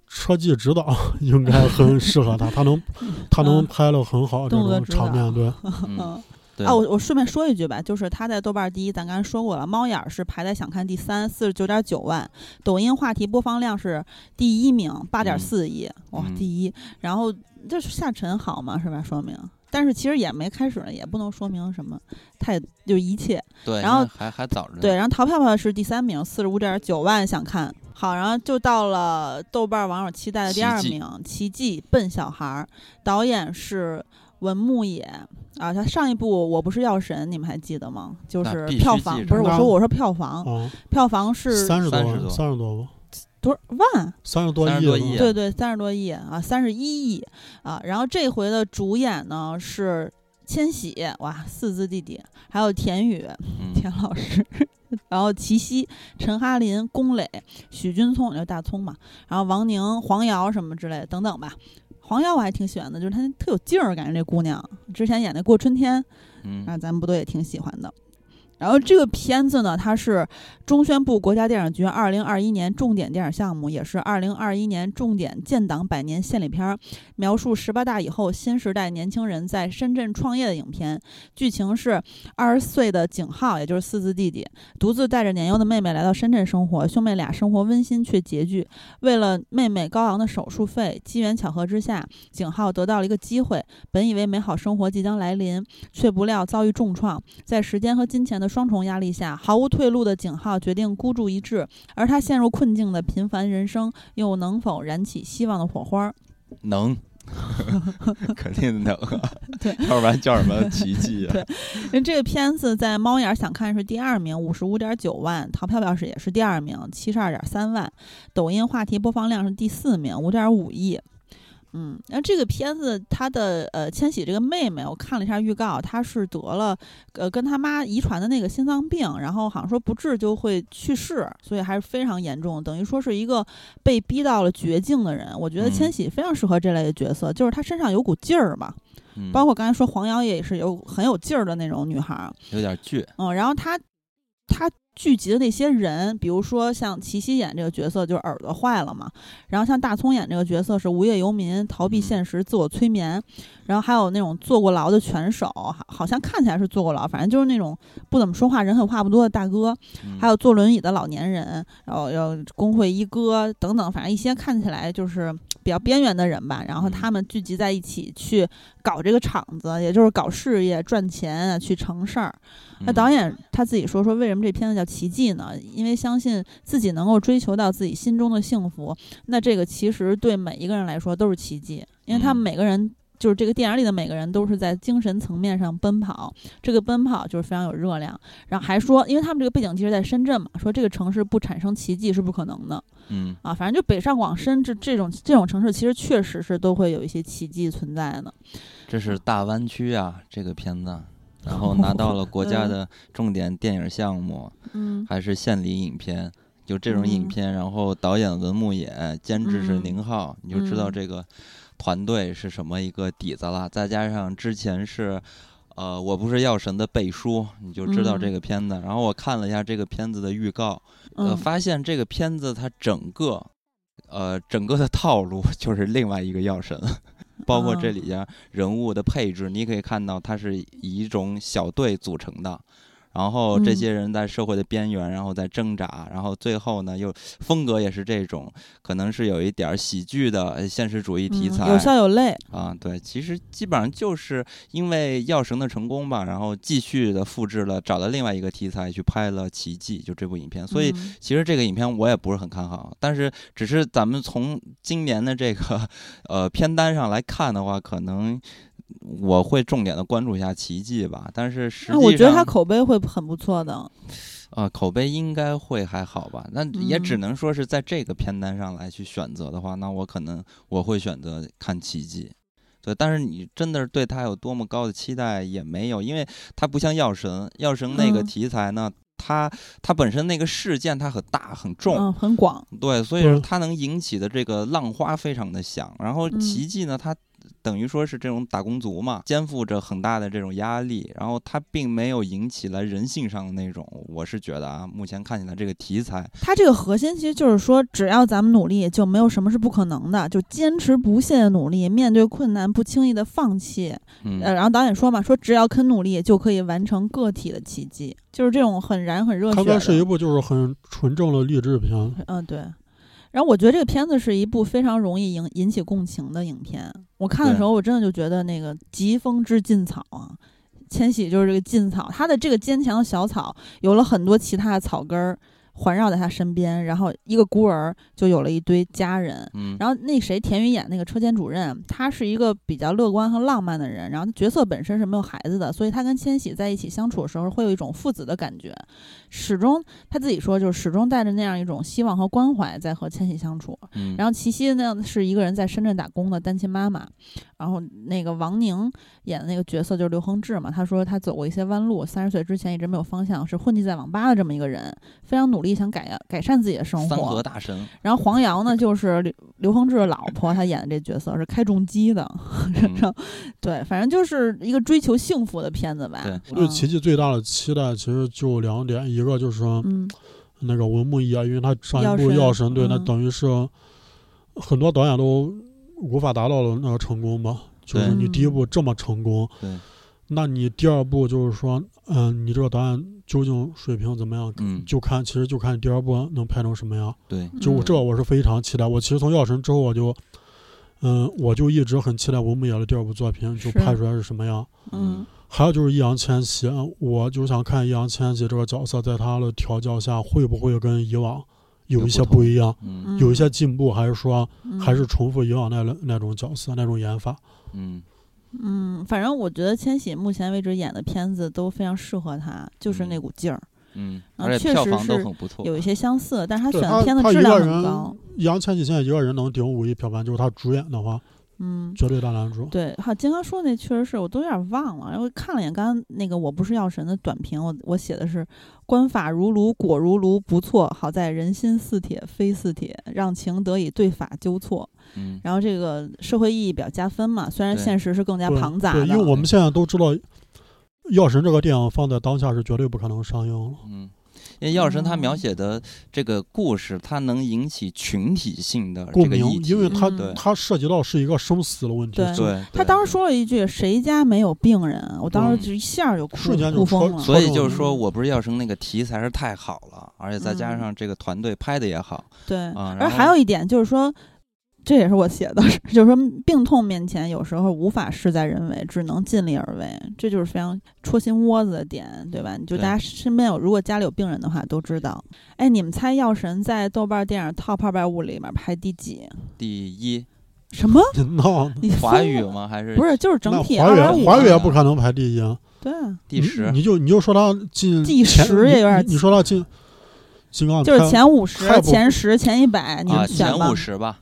S4: 车技指导， [laughs] 应该
S3: [laughs]
S4: 很适合他，他能他能
S3: 嗯
S4: 拍的很好这
S3: 动作
S4: 种
S3: 指
S4: 场
S3: 导
S4: 面，对，
S2: 嗯，
S3: 嗯
S2: 对
S3: 啊，我我顺便说一句吧，就是他在豆瓣第一，咱刚才说过了，猫眼儿是排在想看第三，四十九点九万，抖音话题播放量是第一名，八点四亿，哇，
S2: 嗯
S3: 第一。然后这是下沉好嘛，是吧？说明，但是其实也没开始呢，也不能说明什么太就一切。
S2: 对，
S3: 然后
S2: 因为还还早着呢，
S3: 对，然后淘票票是第三名，四十五点九万想看。好，然后就到了豆瓣网友期待的第二
S2: 奇迹
S3: 名，《奇迹笨小孩儿》，导演是文牧野啊。他上一部《我不是药神》，你们还记得吗？就
S2: 那
S3: 是
S2: 必须
S3: 票
S2: 记
S3: 房，
S2: 着
S3: 不是我
S4: 那
S3: 说我说票房，
S4: 啊，
S3: 票房嗯是
S4: 三十多
S2: 30多
S4: 万，三十多万，
S3: 多少万？
S4: 三十多
S2: 30
S4: 亿
S2: 多
S4: 了
S2: 亿
S4: 吧，
S3: 对对，三十多亿啊，三十一亿啊。然后这回的主演呢是千玺，哇，四字弟弟，还有田雨，
S2: 嗯
S3: 田老师， [laughs] 然后齐溪、陈哈林、龚磊、许君聪，就是大葱嘛，然后王宁、黄瑶什么之类的等等吧。黄瑶我还挺喜欢的，就是她特有劲儿，感觉这姑娘之前演那《过春天》啊，
S2: 嗯
S3: 咱们部队也挺喜欢的。然后这个片子呢，它是中宣部国家电影局二零二一年重点电影项目，也是二零二一年重点建党百年献礼片儿，描述十八大以后新时代年轻人在深圳创业的影片。剧情是二十岁的景浩，也就是四字弟弟，独自带着年幼的妹妹来到深圳生活，兄妹俩生活温馨却拮据。为了妹妹高昂的手术费，机缘巧合之下，景浩得到了一个机会，本以为美好生活即将来临，却不料遭遇重创，在时间和金钱的双重压力下，毫无退路的景浩决定孤注一掷，而他陷入困境的平凡人生，又能否燃起希望的火花儿？ [laughs]
S2: 能，肯定能啊，
S3: 对，
S2: 要不然叫什么奇迹
S3: [laughs]
S2: 啊？
S3: 因为这个片子在猫眼儿想看是第二名，五十五点九万；淘票票是也是第二名，七十二点三万；抖音话题播放量是第四名，五点五亿。嗯，那这个片子她的呃千玺这个妹妹，我看了一下预告，她是得了呃跟她妈遗传的那个心脏病，然后好像说不治就会去世，所以还是非常严重，等于说是一个被逼到了绝境的人。我觉得
S2: 嗯
S3: 千玺非常适合这类的角色，就是她身上有股劲儿吧，
S2: 嗯
S3: 包括刚才说黄瑶也是有很有劲儿的那种女孩儿，
S2: 有点倔，
S3: 嗯，然后她她聚集的那些人，比如说像齐溪演这个角色就是耳朵坏了嘛，然后像大葱演这个角色是无业游民、逃避现实、自我催眠，然后还有那种坐过牢的拳手，好好像看起来是坐过牢，反正就是那种不怎么说话、人狠话不多的大哥，
S2: 嗯
S3: 还有坐轮椅的老年人，然后有工会一哥等等，反正一些看起来就是比较边缘的人吧。然后
S2: 嗯
S3: 他们聚集在一起去搞这个厂子，也就是搞事业、赚钱啊，去成事儿。那导
S2: 嗯
S3: 演他自己说说，为什么这片子叫奇迹呢？因为相信自己能够追求到自己心中的幸福，那这个其实对每一个人来说都是奇迹，因为他们
S2: 嗯
S3: 每个人。就是这个电影里的每个人都是在精神层面上奔跑，这个奔跑就是非常有热量。然后还说，因为他们这个背景地是在深圳嘛，说这个城市不产生奇迹是不可能的
S2: 嗯
S3: 啊。反正就北上广深这这种这种城市，其实确实是都会有一些奇迹存在的。
S2: 这是大湾区啊，这个片子，然后拿到了国家
S3: [laughs]
S2: 的重点电影项目，
S3: 嗯
S2: 还是县里影片，有这种影
S3: 嗯
S2: 片，然后导演文牧野，监制是宁浩，你就知道
S3: 嗯
S2: 这个团队是什么一个底子了。再加上之前是。呃，我不是药神的背书，你就知道这
S3: 嗯
S2: 个片子。然后我看了一下这个片子的预告，呃，
S3: 嗯
S2: 发现这个片子它整个，呃，整个的套路 [laughs] 就是另外一个药神，包括这
S3: 啊
S2: 里边人物的配置，你可以看到它是以一种小队组成的。然后这
S3: 嗯
S2: 些人在社会的边缘，然后在挣扎，然后最后呢，又风格也是这种，可能是有一点儿喜剧的呃现实主义题
S3: 嗯
S2: 材，
S3: 有笑有泪，
S2: 啊，对，其实基本上就是因为《药神》的成功吧，然后继续的复制了，找了另外一个题材去拍了《奇迹》，就这部影片。所以
S3: 嗯
S2: 其实这个影片我也不是很看好，但是只是咱们从今年的这个呃片单上来看的话，可能我会重点的关注一下《奇迹》吧。但是实际
S3: 那
S2: 上，
S3: 我觉得它口碑会很不错的。
S2: 啊、口碑应该会还好吧？那也只
S3: 嗯
S2: 能说是在这个片单上来去选择的话，那我可能我会选择看《奇迹》。对，但是你真的是对它有多么高的期待也没有，因为它不像《药神》，《药神》那个
S3: 嗯
S2: 题材呢，它它本身那个事件它很大很重，
S3: 嗯，很广，
S2: 对，所以说
S4: 嗯
S2: 它能引起的这个浪花非常的响。然后
S3: 嗯
S2: 奇迹呢，它等于说是这种打工族嘛，肩负着很大的这种压力，然后它并没有引起来人性上的那种，我是觉得啊，目前看起来这个题材，
S3: 它这个核心其实就是说，只要咱们努力，就没有什么是不可能的。就坚持不懈的努力，面对困难不轻易的放弃。
S2: 嗯，
S3: 呃，然后导演说嘛，说只要肯努力，就可以完成个体的奇迹，就是这种很燃很热血的。
S4: 它应该是一部就是很纯正的励志片。
S3: 嗯，对。然后我觉得这个片子是一部非常容易引引起共情的影片。我看的时候，我真的就觉得那个疾风之劲草啊，千玺就是这个劲草，他的这个坚强的小草有了很多其他的草根儿环绕在他身边，然后一个孤儿就有了一堆家人。
S2: 嗯，
S3: 然后那谁田雨演那个车间主任，他是一个比较乐观和浪漫的人，然后他角色本身是没有孩子的，所以他跟千玺在一起相处的时候会有一种父子的感觉，始终他自己说就是始终带着那样一种希望和关怀在和千玺相处。
S2: 嗯
S3: 然后齐溪呢是一个人在深圳打工的单亲妈妈，然后那个王宁演的那个角色就是刘恒志嘛，他说他走过一些弯路，三十岁之前一直没有方向，是混迹在网吧的这么一个人，非常努力想改改善自己的生活。
S2: 三河大神，
S3: 然后黄瑶呢，就是刘刘恒志的老婆，她演的这角色是开重机的， [laughs] 然后对，反正就是一个追求幸福的片子吧
S2: 对。
S4: 我对《奇迹》最大的期待其实就两点，一个就是
S3: 嗯，
S4: 那个文牧野，因为他上一
S3: 药
S4: 部《
S3: 神
S4: 药神》对，那
S3: 嗯
S4: 等于是很多导演都无法达到的那个成功吧。就是
S2: 对
S4: 你第一
S3: 嗯
S4: 部这么成功，
S2: 对
S4: 那你第二部就是说，嗯，你这个导演究竟水平怎么样？
S2: 嗯，
S4: 就看，其实就看你第二部能拍成什么样。
S2: 对，
S3: 嗯
S4: 就我这，我是非常期待。我其实从《药神》之后，我就，嗯，我就一直很期待文牧野的第二部作品，就是拍出来是什么样。
S3: 嗯
S4: 还有就是易烊千玺，啊我就想看易烊千玺这个角色在他的调教下会不会跟以往有一些不一样，
S2: 嗯
S4: 有一些进步，还是说
S3: 嗯
S4: 还是重复以往那那种角色那种演法？
S2: 嗯
S3: 嗯，反正我觉得千玺目前为止演的片子都非常适合他，就是那股劲儿，
S2: 嗯，
S3: 啊
S2: 而且
S3: 确
S2: 票
S3: 实
S2: 房都
S3: 是
S2: 很不错，
S3: 有一些相似，但是他
S4: 对
S3: 选
S4: 他
S3: 的片子
S4: 他
S3: 质
S4: 一
S3: 量
S4: 个
S3: 很
S4: 人
S3: 高。，
S4: 易烊千玺现在一个人能顶五亿票房，就是他主演的话，
S3: 嗯，
S4: 绝对大男主。
S3: 对，还有金刚说那确实是我都有点忘了，然后看了眼刚刚那个我不是药神的短评，我我写的是观法如炉，果如炉，不错，好在人心似铁非似铁，让情得以对法纠错。
S2: 嗯，
S3: 然后这个社会意义比较加分嘛，虽然
S2: 对
S3: 现实是更加
S4: 对
S3: 庞杂
S4: 对，因为
S3: 的。
S4: 我们现在都知道，《药神》这个电影放在当下是绝对不可能上映了。
S2: 嗯，因为药神他描
S3: 嗯
S2: 写的这个故事，它能引起群体性的
S4: 共
S2: 这个
S4: 鸣
S2: 议题，
S4: 因为它
S2: 对
S4: 它涉及到是一个生死的问题，
S3: 对
S4: 就
S2: 对，
S3: 嗯他
S2: 对
S3: 当时说了一句：“谁家没有病人？”我当
S2: 嗯
S3: 时就一下就哭
S4: 瞬间就
S3: 哭疯
S4: 戳
S3: 了。
S2: 所以就是说，
S3: 嗯
S2: 我不是药神那个题材是太好了，而且再加
S3: 嗯
S2: 上这个团队拍的也好，
S3: 对，
S2: 啊
S3: 而
S2: 然
S3: 还
S2: 后
S3: 有一点就是说，这也是我写的， [laughs] 就是说病痛面前有时候无法事在人为，只能尽力而为，这就是非常戳心窝子的点，对吧？你就
S2: 对
S3: 大家身边有，如果家里有病人的话，都知道。哎，你们猜《药神》在豆瓣电影 Top 二百五里面排第几？
S2: 第一
S3: 什么？
S4: 那
S3: 你
S2: 华
S3: 疯
S2: 语
S3: 了
S2: 吗？还是
S3: 不是，就是整
S4: 那
S3: 体
S4: 华
S3: 二百
S4: 语
S3: 五。
S4: 华语也不可能排第一啊。
S3: 对啊，
S2: 第十
S4: 你，你就你就说他进
S3: 第
S4: 前
S3: 十也有点
S4: 你你说他进金刚
S3: 就是
S4: 开
S3: 前五十
S4: 太、不
S3: 前十、前一百，你
S2: 啊？
S3: 们选
S2: 前
S3: 吧
S2: 五。十吧，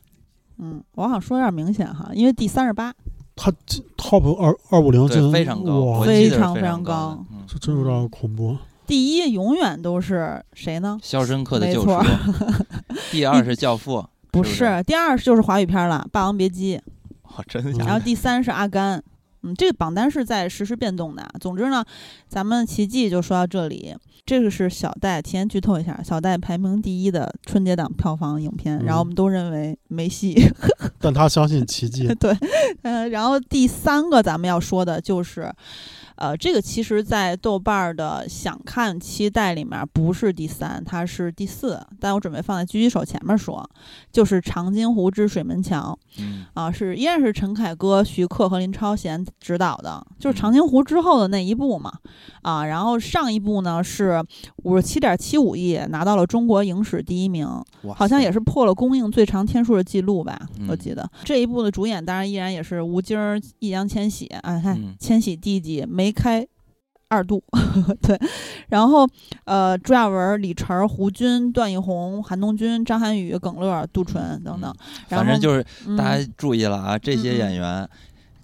S3: 嗯，我好像说有点明显哈，因为第三十八，
S4: 他进 top 二二五零
S2: 对，
S4: 进
S2: 非常高，
S4: 哇
S2: 我记得是
S3: 非常
S2: 非
S3: 非常
S2: 高的
S3: 高。
S2: 嗯，
S4: 这真有点恐怖。
S3: 第一永远都是谁呢？
S2: 《肖申克的
S3: 没
S2: 救赎，
S3: 错》
S2: [laughs] 第二是《教父》，
S3: [laughs]
S2: 是不嗯
S3: 不是，
S2: 是
S3: 第二就是华语片了，《霸王别姬》，
S2: 哇，真的假
S3: 然后
S2: 的？
S3: 第三是《阿甘》。嗯，这个榜单是在实时变动的。总之呢，咱们奇迹就说到这里。这个是小戴，提前剧透一下，小戴排名第一的春节档票房影片，然后我
S2: 嗯
S3: 们都认为没戏。，
S4: 但他相信奇迹
S3: [laughs] 对，呃，然后第三个咱们要说的就是，呃，这个其实，在豆瓣儿的想看期待里面不是第三，它是第四，但我准备放在狙击手前面说，就是长津湖之水门桥
S2: 嗯
S3: 啊，是依然是陈凯歌、徐克和林超贤执导的，就
S2: 嗯
S3: 是长津湖之后的那一部嘛，啊，然后上一部呢是五十七点七五亿，拿到了中国影史第一名，
S2: 哇
S3: 好像
S2: 塞
S3: 也是破了公映最长天数的记录吧，我
S2: 嗯
S3: 记得这一部的主演当然依然也是吴京儿、易烊千玺啊，看、
S2: 嗯
S3: 千玺弟弟梅开二度， [laughs] 对，然后呃朱亚文、李晨、胡军、段奕宏、韩东君、张涵予、耿乐、杜淳等等，
S2: 嗯反
S3: 然后
S2: 正就是
S3: 嗯
S2: 大家注意了啊，这些
S3: 嗯嗯
S2: 演员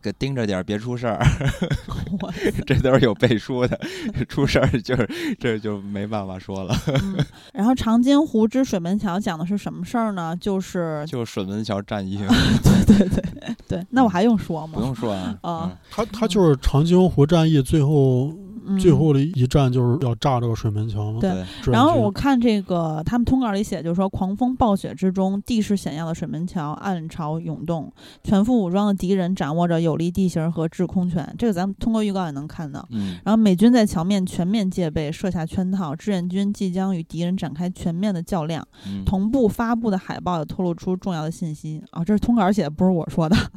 S2: 给盯着点儿，别出事儿， [laughs]
S3: 哇
S2: 这都是有背书的， [laughs] 出事儿就是这就没办法说
S3: [laughs]
S2: 了。
S3: 嗯，然后长津湖之水门桥讲的是什么事儿呢？
S2: [laughs]
S3: 就是
S2: 就水门桥战役，
S3: [laughs] 对对对 [laughs] 对，那我还用说
S2: 不
S3: 吗？
S2: 用说啊，
S3: 啊
S4: 他他就是长津湖战役最后
S3: 嗯、
S4: 最后的一战就是要炸这个水门桥嘛。
S3: 对
S2: 嗯，对，
S4: 志愿
S3: 然后
S4: 军
S3: 我看这个他们通稿里写，就是说狂风暴雪之中，地势险要的水门桥暗潮涌动，全副武装的敌人掌握着有利地形和制空权，这个咱们通过预告也能看到。
S2: 嗯
S3: 然后美军在桥面全面戒备，设下圈套，志愿军即将与敌人展开全面的较量。
S2: 嗯，
S3: 同步发布的海报也透露出重要的信息啊，这是通稿写的，不是我说的。 [laughs]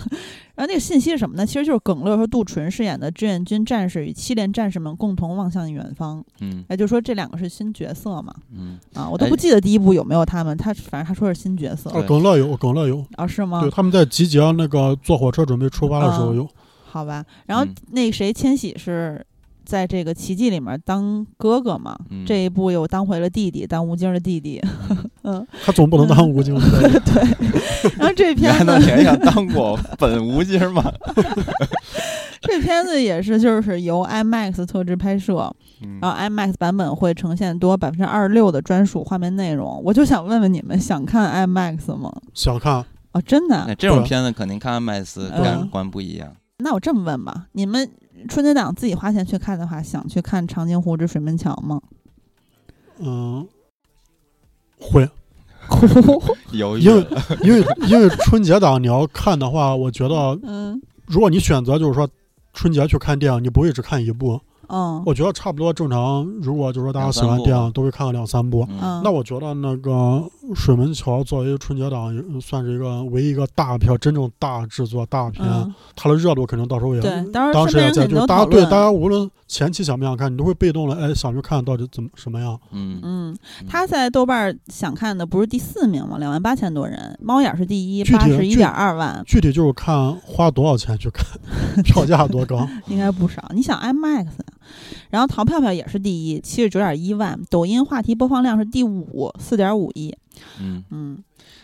S3: 然后那个信息是什么呢？其实就是耿乐和杜淳饰演的志愿军战士与七连战士们共同望向远方。
S2: 嗯
S3: 也就是说这两个是新角色嘛？
S2: 嗯，
S3: 啊，我都
S2: 哎哦
S3: 不记得第一部有没有他们，他反正他说是新角色
S4: 啊，
S2: 对
S4: 耿乐有，耿乐有，
S3: 啊，是吗
S4: 对，？他们在集结那个坐火车准备出发的时候
S3: 啊
S4: 有，
S3: 好吧。然后
S2: 嗯
S3: 那谁，千玺是在这个奇迹里面当哥哥嘛？
S2: 嗯
S3: 这一部又当回了弟弟，当吴京的
S2: [laughs]
S3: 弟弟。嗯，
S4: 他总不能当吴京吧。
S3: [laughs] 然后这
S2: 你
S3: 片
S2: 还
S3: 子
S2: 能联想当过本吴京吗？
S3: 这片子也是，就是由 IMAX 特制拍摄，
S2: [laughs] 嗯
S3: 然后 IMAX 版本会呈现多百分之二十六的专属画面内容。我就想问问你们，想看 IMAX 吗？
S4: 想看
S3: 哦，真的啊？
S2: 那这种
S4: 对
S2: 片子肯定看安麦斯
S3: 嗯
S2: 感官不一样。
S3: 那我这么问吧，你们春节档自己花钱去看的话，想去看长津湖之水门桥
S4: [laughs]
S3: 吗？
S4: 嗯，会，
S2: 有
S4: 因为因为因为春节档你要看的话，我觉得
S3: 嗯
S4: 如果你选择就是说春节去看电影，你不会只看一部，
S3: 嗯
S4: 我觉得差不多正常。如果就是说大家
S2: 两
S4: 喜
S2: 三
S4: 欢
S2: 部
S4: 电影，都会看个两三部。
S3: 嗯，
S4: 那我觉得那个水门桥作为春节档也算是一个唯一一个大片，真正大制作大片，
S3: 嗯
S4: 它的热度肯定到时候也
S3: 对，当
S4: 啊当
S3: 时身
S4: 时
S3: 边人
S4: 也在，
S3: 肯定
S4: 就是
S3: 都
S4: 大
S3: 讨
S4: 家对
S3: 论嗯
S4: 大。家无论前期想不想看，你都会被动了，哎，想去看到底怎么什么样？
S2: 嗯嗯
S3: 嗯，他在豆瓣儿想看的不是第四名吗？两万八千多人，猫眼儿是第一，
S4: 具体
S3: 八十一点二万，
S4: 具体就是看花多少钱去看，
S3: [laughs]
S4: 票价多高。
S3: 应该不少。你想 IMAX，然后淘票票也是第一，七十九点一万，抖音话题播放量是第五，四点五亿。
S2: 嗯，
S3: 嗯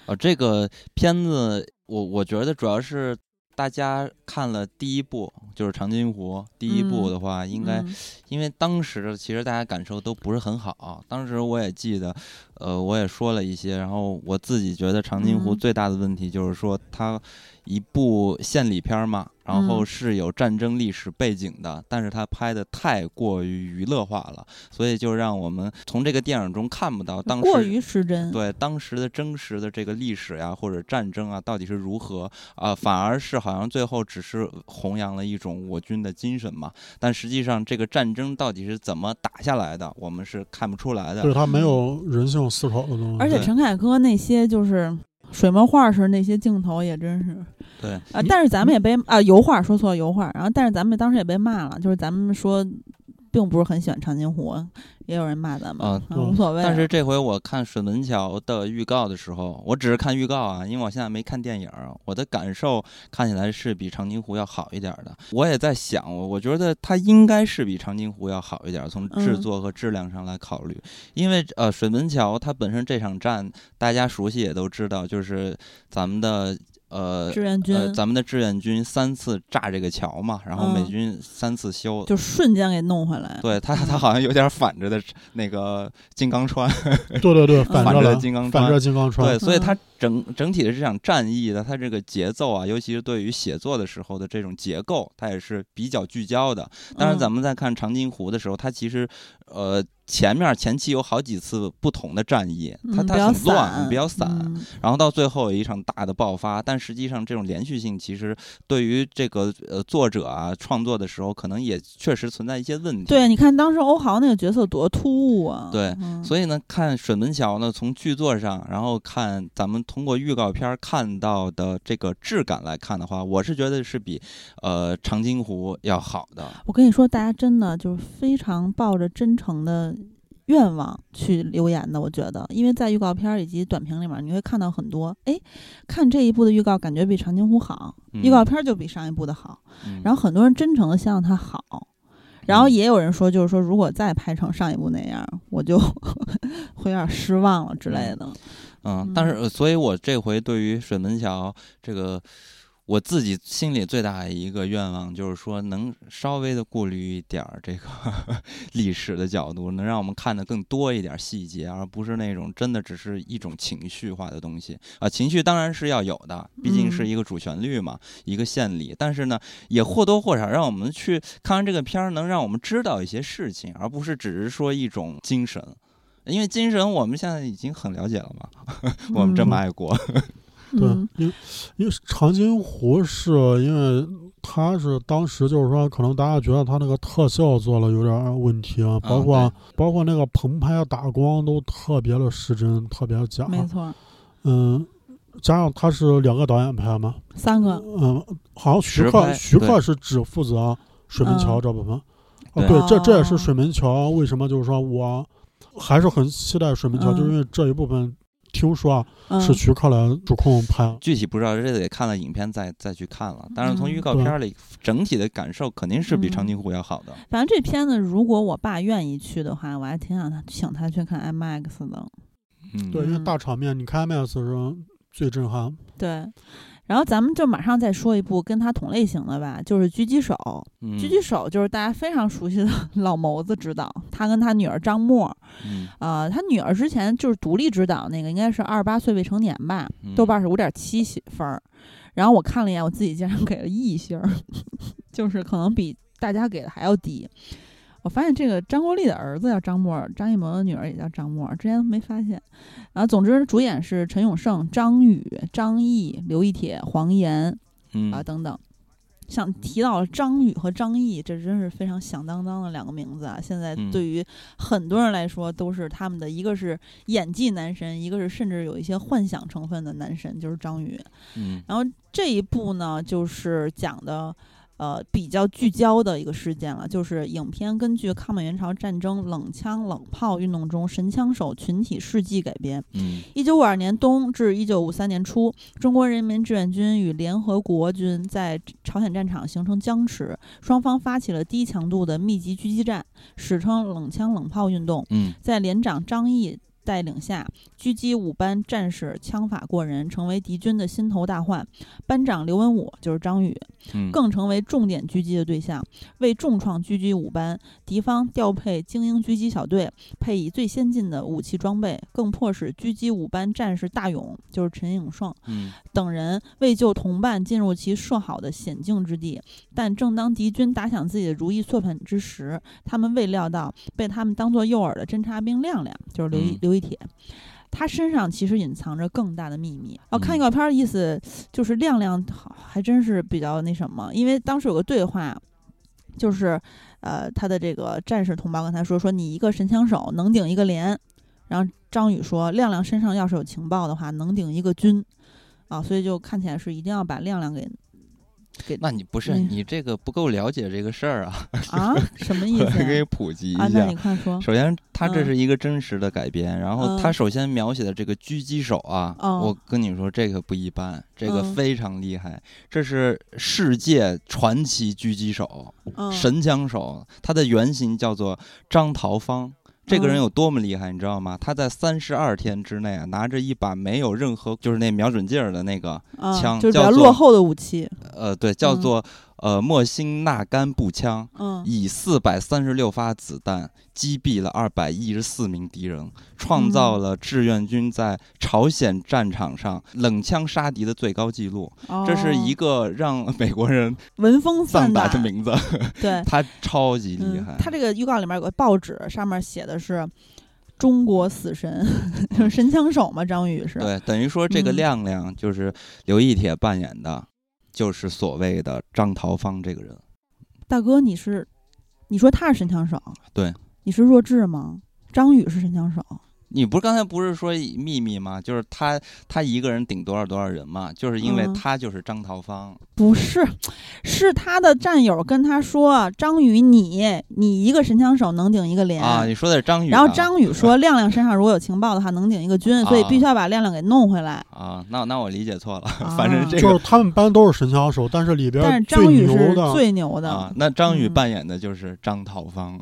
S2: 哦，这个片子我我觉得主要是大家看了第一部，就是《长津湖》第一部
S3: 嗯
S2: 的话，应该
S3: 嗯
S2: 因为当时其实大家感受都不是很好，当时我也记得，呃，我也说了一些，然后我自己觉得《长津湖》
S3: 嗯
S2: 最大的问题就是说，它一部献礼片儿嘛，然后
S3: 嗯
S2: 是有战争历史背景的，但是它拍的太过于娱乐化了，所以就让我们从这个电影中看不到当时
S3: 过于失真。
S2: 对当时的真实的这个历史呀，或者战争啊，到底是如何啊、反而是好像最后只是弘扬了一种我军的精神嘛。但实际上，这个战争到底是怎么打下来的，我们是看不出来
S4: 对
S2: 的。
S4: 他没有人性思考的东西。
S3: 而且
S2: 对
S3: 陈凯歌那些就是水墨画式那些镜头也真是
S2: 对，
S3: 啊，
S4: 你
S3: 但是咱们也被啊油画说错了油画，然后但是咱们当时也被骂了，就是咱们说并不是很喜欢长津湖，也有人骂咱们，
S2: 啊
S3: 无所谓。
S2: 但是这回我看《水门桥》的预告的时候，我只是看预告啊，因为我现在没看电影儿，我的感受看起来是比《长津湖》要好一点儿的。我也在想，我我觉得它应该是比《长津湖》要好一点儿，从制
S3: 嗯
S2: 作和质量上来考虑。因为呃，水门桥它本身这场战大家熟悉也都知道，就是咱们的呃
S3: 志愿军、
S2: 呃咱们的志愿军三次炸这个桥嘛，然后美
S3: 嗯
S2: 军三次修，
S3: 就嗯瞬间给弄回来，
S2: 对他，他好像有点反着的那个金刚川，
S4: 对对对，嗯反
S2: 反
S4: 着
S2: 着
S4: 来，
S2: 金刚
S4: 反
S2: 川
S4: 着金刚川
S2: 对，。所以
S3: 嗯
S2: 它整整体的这场战役的它这个节奏啊，尤其是对于写作的时候的这种结构，它也是比较聚焦的。当
S3: 嗯
S2: 然，咱们在看长津湖的时候，它其实呃前面前期有好几次不同的战役，它
S3: 嗯、
S2: 它
S3: 比
S2: 很
S3: 较
S2: 乱，
S3: 散，
S2: 比较散。
S3: 嗯
S2: 然后到最后有一场大的爆发，但实际上这种连续性其实对于这个呃作者啊创作的时候，可能也确实存在一些问题。
S3: 对，你看当时欧豪那个角色多突兀啊！
S2: 嗯对
S3: 嗯
S2: 所以呢，看水门桥呢，从剧作上，然后看咱们通过预告片儿看到的这个质感来看的话，我是觉得是比呃长津湖要好的。
S3: 我跟你说，大家真的就是非常抱着真诚的愿望去留言的。我觉得，因为在预告片儿以及短评里面，你会看到很多，哎，看这一部的预告感觉比《长津湖》好，预告片儿就比上一部的好。
S2: 嗯，
S3: 然
S2: 后
S3: 后很多人真诚的希望它好，然后也有人说，就是说如果再拍成上一部那样，我就 [laughs] 会有点失望了之类的。
S2: 嗯嗯，但是、呃所以我这回对于水门桥这个。我自己心里最大的一个愿望就是说，能稍微的过滤一点儿这个 [laughs] 历史的角度，能让我们看的更多一点细节，而不是那种真的只是一种情绪化的东西啊。情绪当然是要有的，毕竟是一个主旋律嘛，一个献礼。但是呢，也或多或少让我们去看完这个片儿，能让我们知道一些事情，而不是只是说一种精神。因为精神我们现在已经很了解了嘛，我们这么爱国， [laughs]
S4: 对
S3: 嗯，
S4: 因为因为长津湖是因为它是当时就是说，可能大家觉得它那个特效做了有点儿问题啊，包括、
S2: 啊
S4: 包括那个棚拍打光都特别的失真，特别假。
S3: 没错，
S4: 嗯，加上他是两个导演拍嘛，
S3: 三个
S4: 嗯，好像徐
S2: 实
S4: 克
S2: 拍
S4: 徐克
S2: 对
S4: 是只负责水门桥
S3: 嗯
S4: 这部分。啊，
S2: 对
S4: 对，这这也
S3: 哦
S4: 是水门桥为什么就是说我还是很期待水门桥，
S3: 嗯
S4: 就是因为这一部分听说啊
S3: 嗯，
S4: 是徐克来主控拍。
S2: 具体不知道，这得看了影片再再去看了。但是从
S3: 嗯
S2: 预告片儿里，整体的感受肯定是比《长津湖》要好的。
S3: 反正这片子，如果我爸愿意去的话，我还挺想他请他去看 IMAX 的。
S2: 嗯，
S4: 对，因为
S3: 嗯
S4: 大场面，你看 IMAX 是最震撼。
S3: 对，然后咱们就马上再说一部跟他同类型的吧，就是《狙击手》。
S2: 嗯，
S3: 狙击手》就是大家非常熟悉的 [laughs] 老谋子执导，他跟他女儿张默，
S2: 嗯
S3: 呃，他女儿之前就是独立执导那个，应该是二十八岁未成年吧，
S2: 嗯
S3: 豆瓣是五点七分儿。然后我看了一眼，我自己竟然给了 E 星儿， [laughs] 就是可能比大家给的还要低。我发现这个张国立的儿子叫张默，张艺谋的女儿也叫张默，之前都没发现。然后，总之主演是陈永胜、张宇、张译、刘亦铁、黄岩
S2: 嗯
S3: 啊等等。想提到张宇和张译，这真是非常响当当的两个名字啊！现在
S2: 嗯
S3: 对于很多人来说，都是他们的一个是演技男神，一个是甚至有一些幻想成分的男神，就是张宇。
S2: 嗯
S3: 然后这一部呢，就是讲的呃比较聚焦的一个事件了，就是影片根据抗美援朝战争冷枪冷炮运动中神枪手群体事迹改编。
S2: 嗯
S3: 一九五二年冬至一九五三年初，中国人民志愿军与联合国军在朝鲜战场形成僵持，双方发起了低强度的密集狙击战，史称冷枪冷炮运动。
S2: 嗯
S3: 在连长张毅带领下，狙击五班战士枪法过人，成为敌军的心头大患。班长刘文武就是张宇，
S2: 嗯，
S3: 更成为重点狙击的对象，为重创狙击五班。敌方调配精英狙击小队，配以最先进的武器装备，更迫使狙击五班战士大勇就是陈颖胜
S2: 嗯
S3: 等人为救同伴进入其设好的险境之地，但正当敌军打响自己的如意算盘之时，他们未料到被他们当作诱饵的侦察兵亮亮，就是刘一、
S2: 嗯
S3: 刘一铁。他身上其实隐藏着更大的秘密。哦，
S2: 嗯
S3: 看预告片儿的意思就是亮亮好还真是比较那什么，因为当时有个对话，就是呃他的这个战士同胞跟他说说你一个神枪手能顶一个连，然后张宇说亮亮身上要是有情报的话能顶一个军，啊，所以就看起来是一定要把亮
S2: [laughs]
S3: 亮给
S2: 那你不是
S3: 嗯
S2: 你这个不够了解这个事儿啊？
S3: 啊什么意
S2: 我 [laughs] 给
S3: 思
S2: 普及
S3: 啊？
S2: 一
S3: 那
S2: 下
S3: 你。快说，
S2: 首先，它这
S3: 嗯
S2: 是一个真实的改编，然后
S3: 嗯
S2: 它首先描写的这个狙击手啊，
S3: 哦
S2: 我跟你说这个不一般，这个
S3: 嗯
S2: 非常厉害，这是世界传奇狙击手。
S3: 嗯，
S2: 神枪手，他的原型叫做张桃芳。这个人
S3: 嗯
S2: 有多么厉害，你知道吗？他在三十二天之内啊，拿着一把没有任何就是那瞄准劲儿的那个，
S3: 啊
S2: 枪
S3: 就是比较
S2: 叫做
S3: 落后的武器，
S2: 呃，对，叫
S3: 嗯
S2: 做、呃莫辛纳甘步枪，
S3: 嗯
S2: 以四百三十六发子弹击毙了二百一十四名敌人，创
S3: 嗯
S2: 造了志愿军在朝鲜战场上冷枪杀敌的最高纪录。这是一
S3: 哦
S2: 个让美国人
S3: 闻风
S2: 丧
S3: 丧
S2: 胆
S3: 胆
S2: 的名字，
S3: 对，
S2: 他超级厉
S3: 嗯
S2: 害。
S3: 他这个预告里面有个报纸，上面写的是“中国死神”， [laughs] 就是神枪手嘛，张宇是。
S2: 对，等于说这个
S3: 嗯
S2: 亮亮就是刘亦铁扮演的，就是所谓的张桃芳这个人。
S3: 大哥，你是你说他是神枪手？
S2: 啊对，
S3: 你是弱智吗？张宇是神枪手，
S2: 你不是刚才不是说秘密吗？就是他他一个人顶多少多少人嘛，就是因为
S3: 嗯
S2: 他就是张桃芳，
S3: 不是，是他的战友跟他说：“啊张宇你，你一个神枪手能顶一个连。
S2: 啊，你说的是张宇啊、
S3: 然后
S2: [laughs]
S3: 张宇说：“亮亮身上如果有情报的话，能顶一个军，所以
S2: 啊
S3: 必须要把亮亮给弄回来。
S2: 啊，那那我理解错了，[laughs]
S3: 啊
S2: 反正这
S4: 就
S2: 个
S4: 是他们班都是神枪手，但是里
S3: 但是
S4: 边
S3: 张宇
S4: 牛
S3: 是
S4: 的，
S3: 最牛的，
S2: 啊，那张宇
S3: 嗯
S2: 扮演的就是张讨方、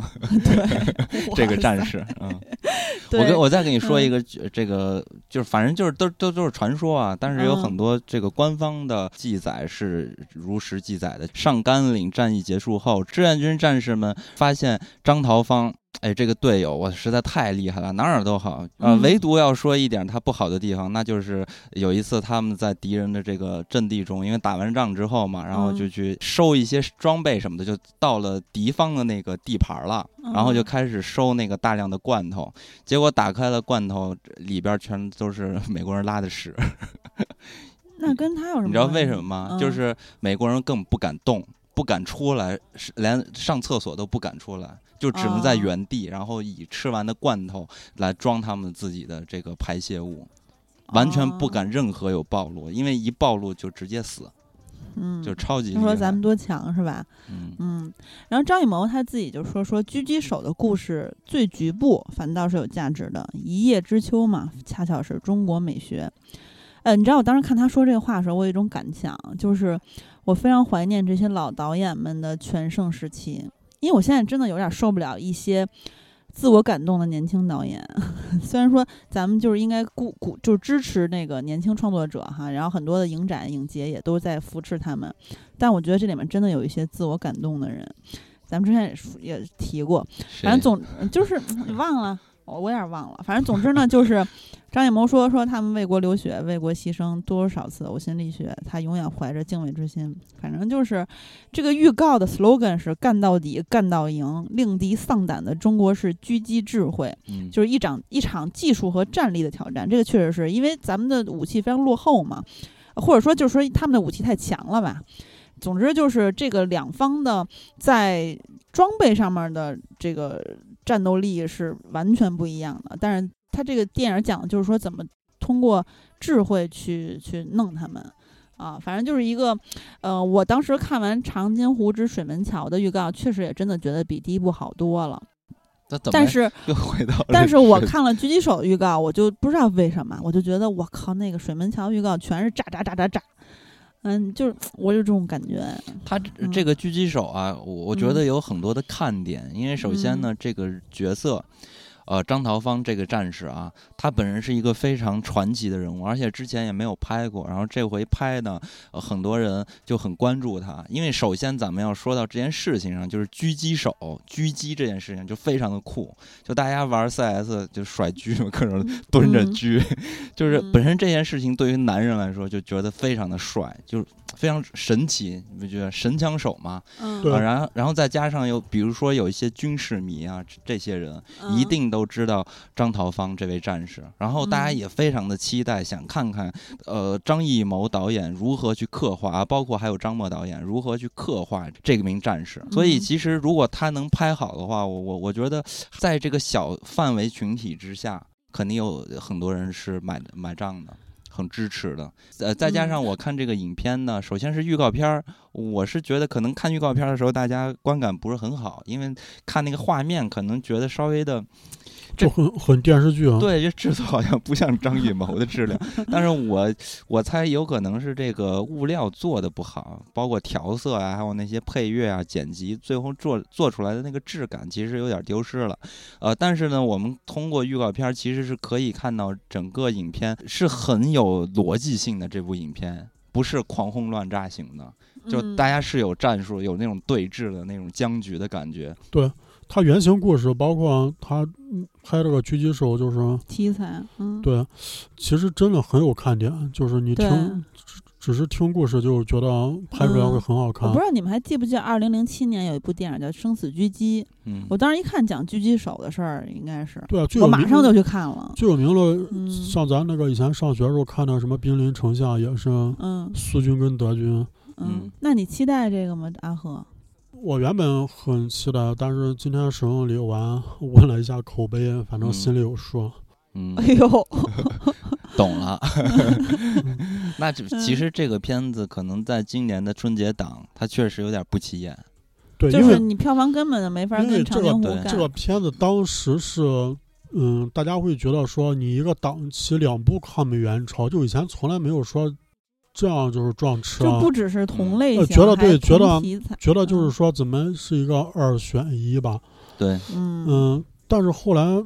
S3: 对
S2: 这个战
S3: [laughs] 士。
S2: 士，嗯。
S3: 对
S2: 我跟我再跟你说
S3: 嗯
S2: 一个，呃这个就是反正就是都都都是传说啊，但是有
S3: 嗯
S2: 很多这个官方的记载是如实记载的。上甘岭战役结束后，志愿军战士们发现张桃芳。哎，这个队友我实在太厉害了，哪儿哪儿都好。呃，
S3: 嗯
S2: 唯独要说一点他不好的地方，那就是有一次他们在敌人的这个阵地中，因为打完仗之后嘛，然后
S3: 嗯
S2: 就去收一些装备什么的，就到了敌方的那个地盘了，然后就
S3: 嗯
S2: 开始收那个大量的罐头。结果打开了罐头，里边全都是 [laughs] 美国人拉的屎。
S3: 嗯那跟他有什么？
S2: 你知道为什么？吗？
S3: 嗯
S2: 就是美国人更不敢动，不敢出来，是连上厕所都不敢出来，就只能在
S3: 哦
S2: 原地，然后以吃完的罐头来装他们自己的这个排泄物，完全
S3: 哦
S2: 不敢任何有暴露，因为一暴露就直接死，
S3: 嗯，
S2: 就超级厉
S3: 他
S2: 害。
S3: 说咱们多强是吧？
S2: 嗯
S3: 嗯，然后张艺谋他自己就说说狙击手的故事最局部，反倒是有价值的。一叶知秋嘛，恰巧是中国美学。呃，你知道我当时看他说这话的时候，我有一种感想，就是我非常怀念这些老导演们的全盛时期，因为我现在真的有点受不了一些自我感动的年轻导演。 [laughs] 虽然说咱们就是应该鼓鼓，就是支持那个年轻创作者哈，然后很多的影展、影节也都在扶持他们，但我觉得这里面真的有一些自我感动的人，咱们之前也说也提过，
S2: 谁
S3: 反正总就是 [coughs] 你忘了，我我有点忘了，反正总之呢，就是张艺谋说说他们为国流血、为国牺牲多少次呕心沥血，他永远怀着敬畏之心。反正就是这个预告的 slogan 是“干到底，干到赢，令敌丧胆的中国式狙击智慧”。
S2: 嗯
S3: 就是一场一场技术和战力的挑战。这个确实是因为咱们的武器非常落后嘛，或者说就是说他们的武器太强了吧。总之就是这个两方的在装备上面的这个战斗力是完全不一样的。但是他这个电影讲的就是说怎么通过智慧去去弄他们。啊，反正就是一个，呃，我当时看完《长津湖之水门桥》的预告，确实也真的觉得比第一部好多了。
S2: 那怎么
S3: 但是
S2: 又回到了
S3: [laughs] 但是我
S2: 水
S3: 看了狙击手的预告，我就不知道为什么，我就觉得我靠，那个水门桥预告全是炸炸炸炸炸，嗯，就是我有这种感觉，
S2: 他这
S3: 嗯
S2: 这个狙击手啊，我我觉得有很多的看点，因为首先
S3: 嗯
S2: 呢，这个角色，呃，张桃芳这个战士啊，他本人是一个非常传奇的人物，而且之前也没有拍过，然后这回拍呢，呃很多人就很关注他，因为首先咱们要说到这件事情上，就是狙击手狙击这件事情就非常的酷，就大家玩 CS 就甩狙嘛，各种蹲着
S3: 嗯
S2: 狙，就是
S3: 嗯
S2: 本身这件事情对于男人来说就觉得非常的帅，就是非常神奇，你不觉得神枪手吗？
S3: 嗯，
S4: 对
S2: 啊，然后然后再加上有比如说有一些军事迷啊，这这些人
S3: 嗯
S2: 一定都知道张桃芳这位战士，然后大家
S3: 嗯
S2: 也非常的期待，想看看呃张艺谋导演如何去刻画，啊包括还有张默导演如何去刻画这名战士。所以
S3: 嗯
S2: 其实如果他能拍好的话，我我我觉得在这个小范围群体之下，肯定有很多人是买买账的。很支持的，呃，再加
S3: 嗯
S2: 上我看这个影片呢，首先是预告片儿，我是觉得可能看预告片儿的时候，大家观感不是很好，因为看那个画面，可能觉得稍微的这
S4: 就很很电视剧啊。
S2: 对，这制作好像不像张艺谋的质量，但是我我猜有可能是这个物料做的不好，包括调色啊，还有那些配乐啊、剪辑，最后做做出来的那个质感其实有点丢失了。呃，但是呢，我们通过预告片儿其实是可以看到整个影片是很有逻辑性的，这部影片不是狂轰乱炸型的，就大
S3: 家
S2: 家是有战术、有那种对峙的那种僵局的感觉。
S4: 他原型故事包括他嗯拍这个狙击手，就是
S3: 嗯题材，嗯，
S4: 对，其实真的很有看点，就是你
S3: 对嗯
S4: 听，只是听故事就觉得拍出来会很好
S3: 我
S4: 看
S3: 不。知道你们还记不记得，二零零七年有一部电影叫《生死狙击》，
S2: 嗯，
S3: 我当时一看讲狙击手的事儿，应该是
S4: 对啊，最
S3: 我
S4: 有
S3: 马
S4: 名
S3: 上就去看了，
S4: 最有名了，
S3: 嗯
S4: 像咱那个以前上学的时候看的什么《兵临城下》，也是
S3: 嗯
S4: 苏军跟德军。
S3: 嗯
S2: 嗯，
S3: 那你期待这个吗，阿赫？
S4: 我原本很期待，但是今天首映礼完问了一下口碑，反
S2: 嗯
S3: [laughs]
S4: 正
S3: 哎
S4: 心里有数。
S2: 嗯
S3: 哎，呦，
S4: 嗯
S2: 懂了。那这
S3: 嗯
S2: 其实这个片子可能在今年的春节档，它确实有点不起眼。
S4: 对，
S3: 就
S4: 因
S3: 是
S4: 为
S3: 你票房根本就没法
S4: 因为
S3: 跟
S4: 这
S3: 长津湖
S2: 个对
S3: 干。
S4: 这个片子当时是，嗯，大家会觉得说你一个档期两部抗美援朝，就以前从来没有说这样就是撞车
S3: 就
S4: 啊，
S3: 不嗯只是同类
S4: 呃
S3: 型，
S4: 觉得对
S3: 还
S4: 觉得
S3: 同题材，
S4: 觉得就是说怎么是一个二选一吧，
S2: 对，
S3: 嗯
S4: 嗯，但是后来，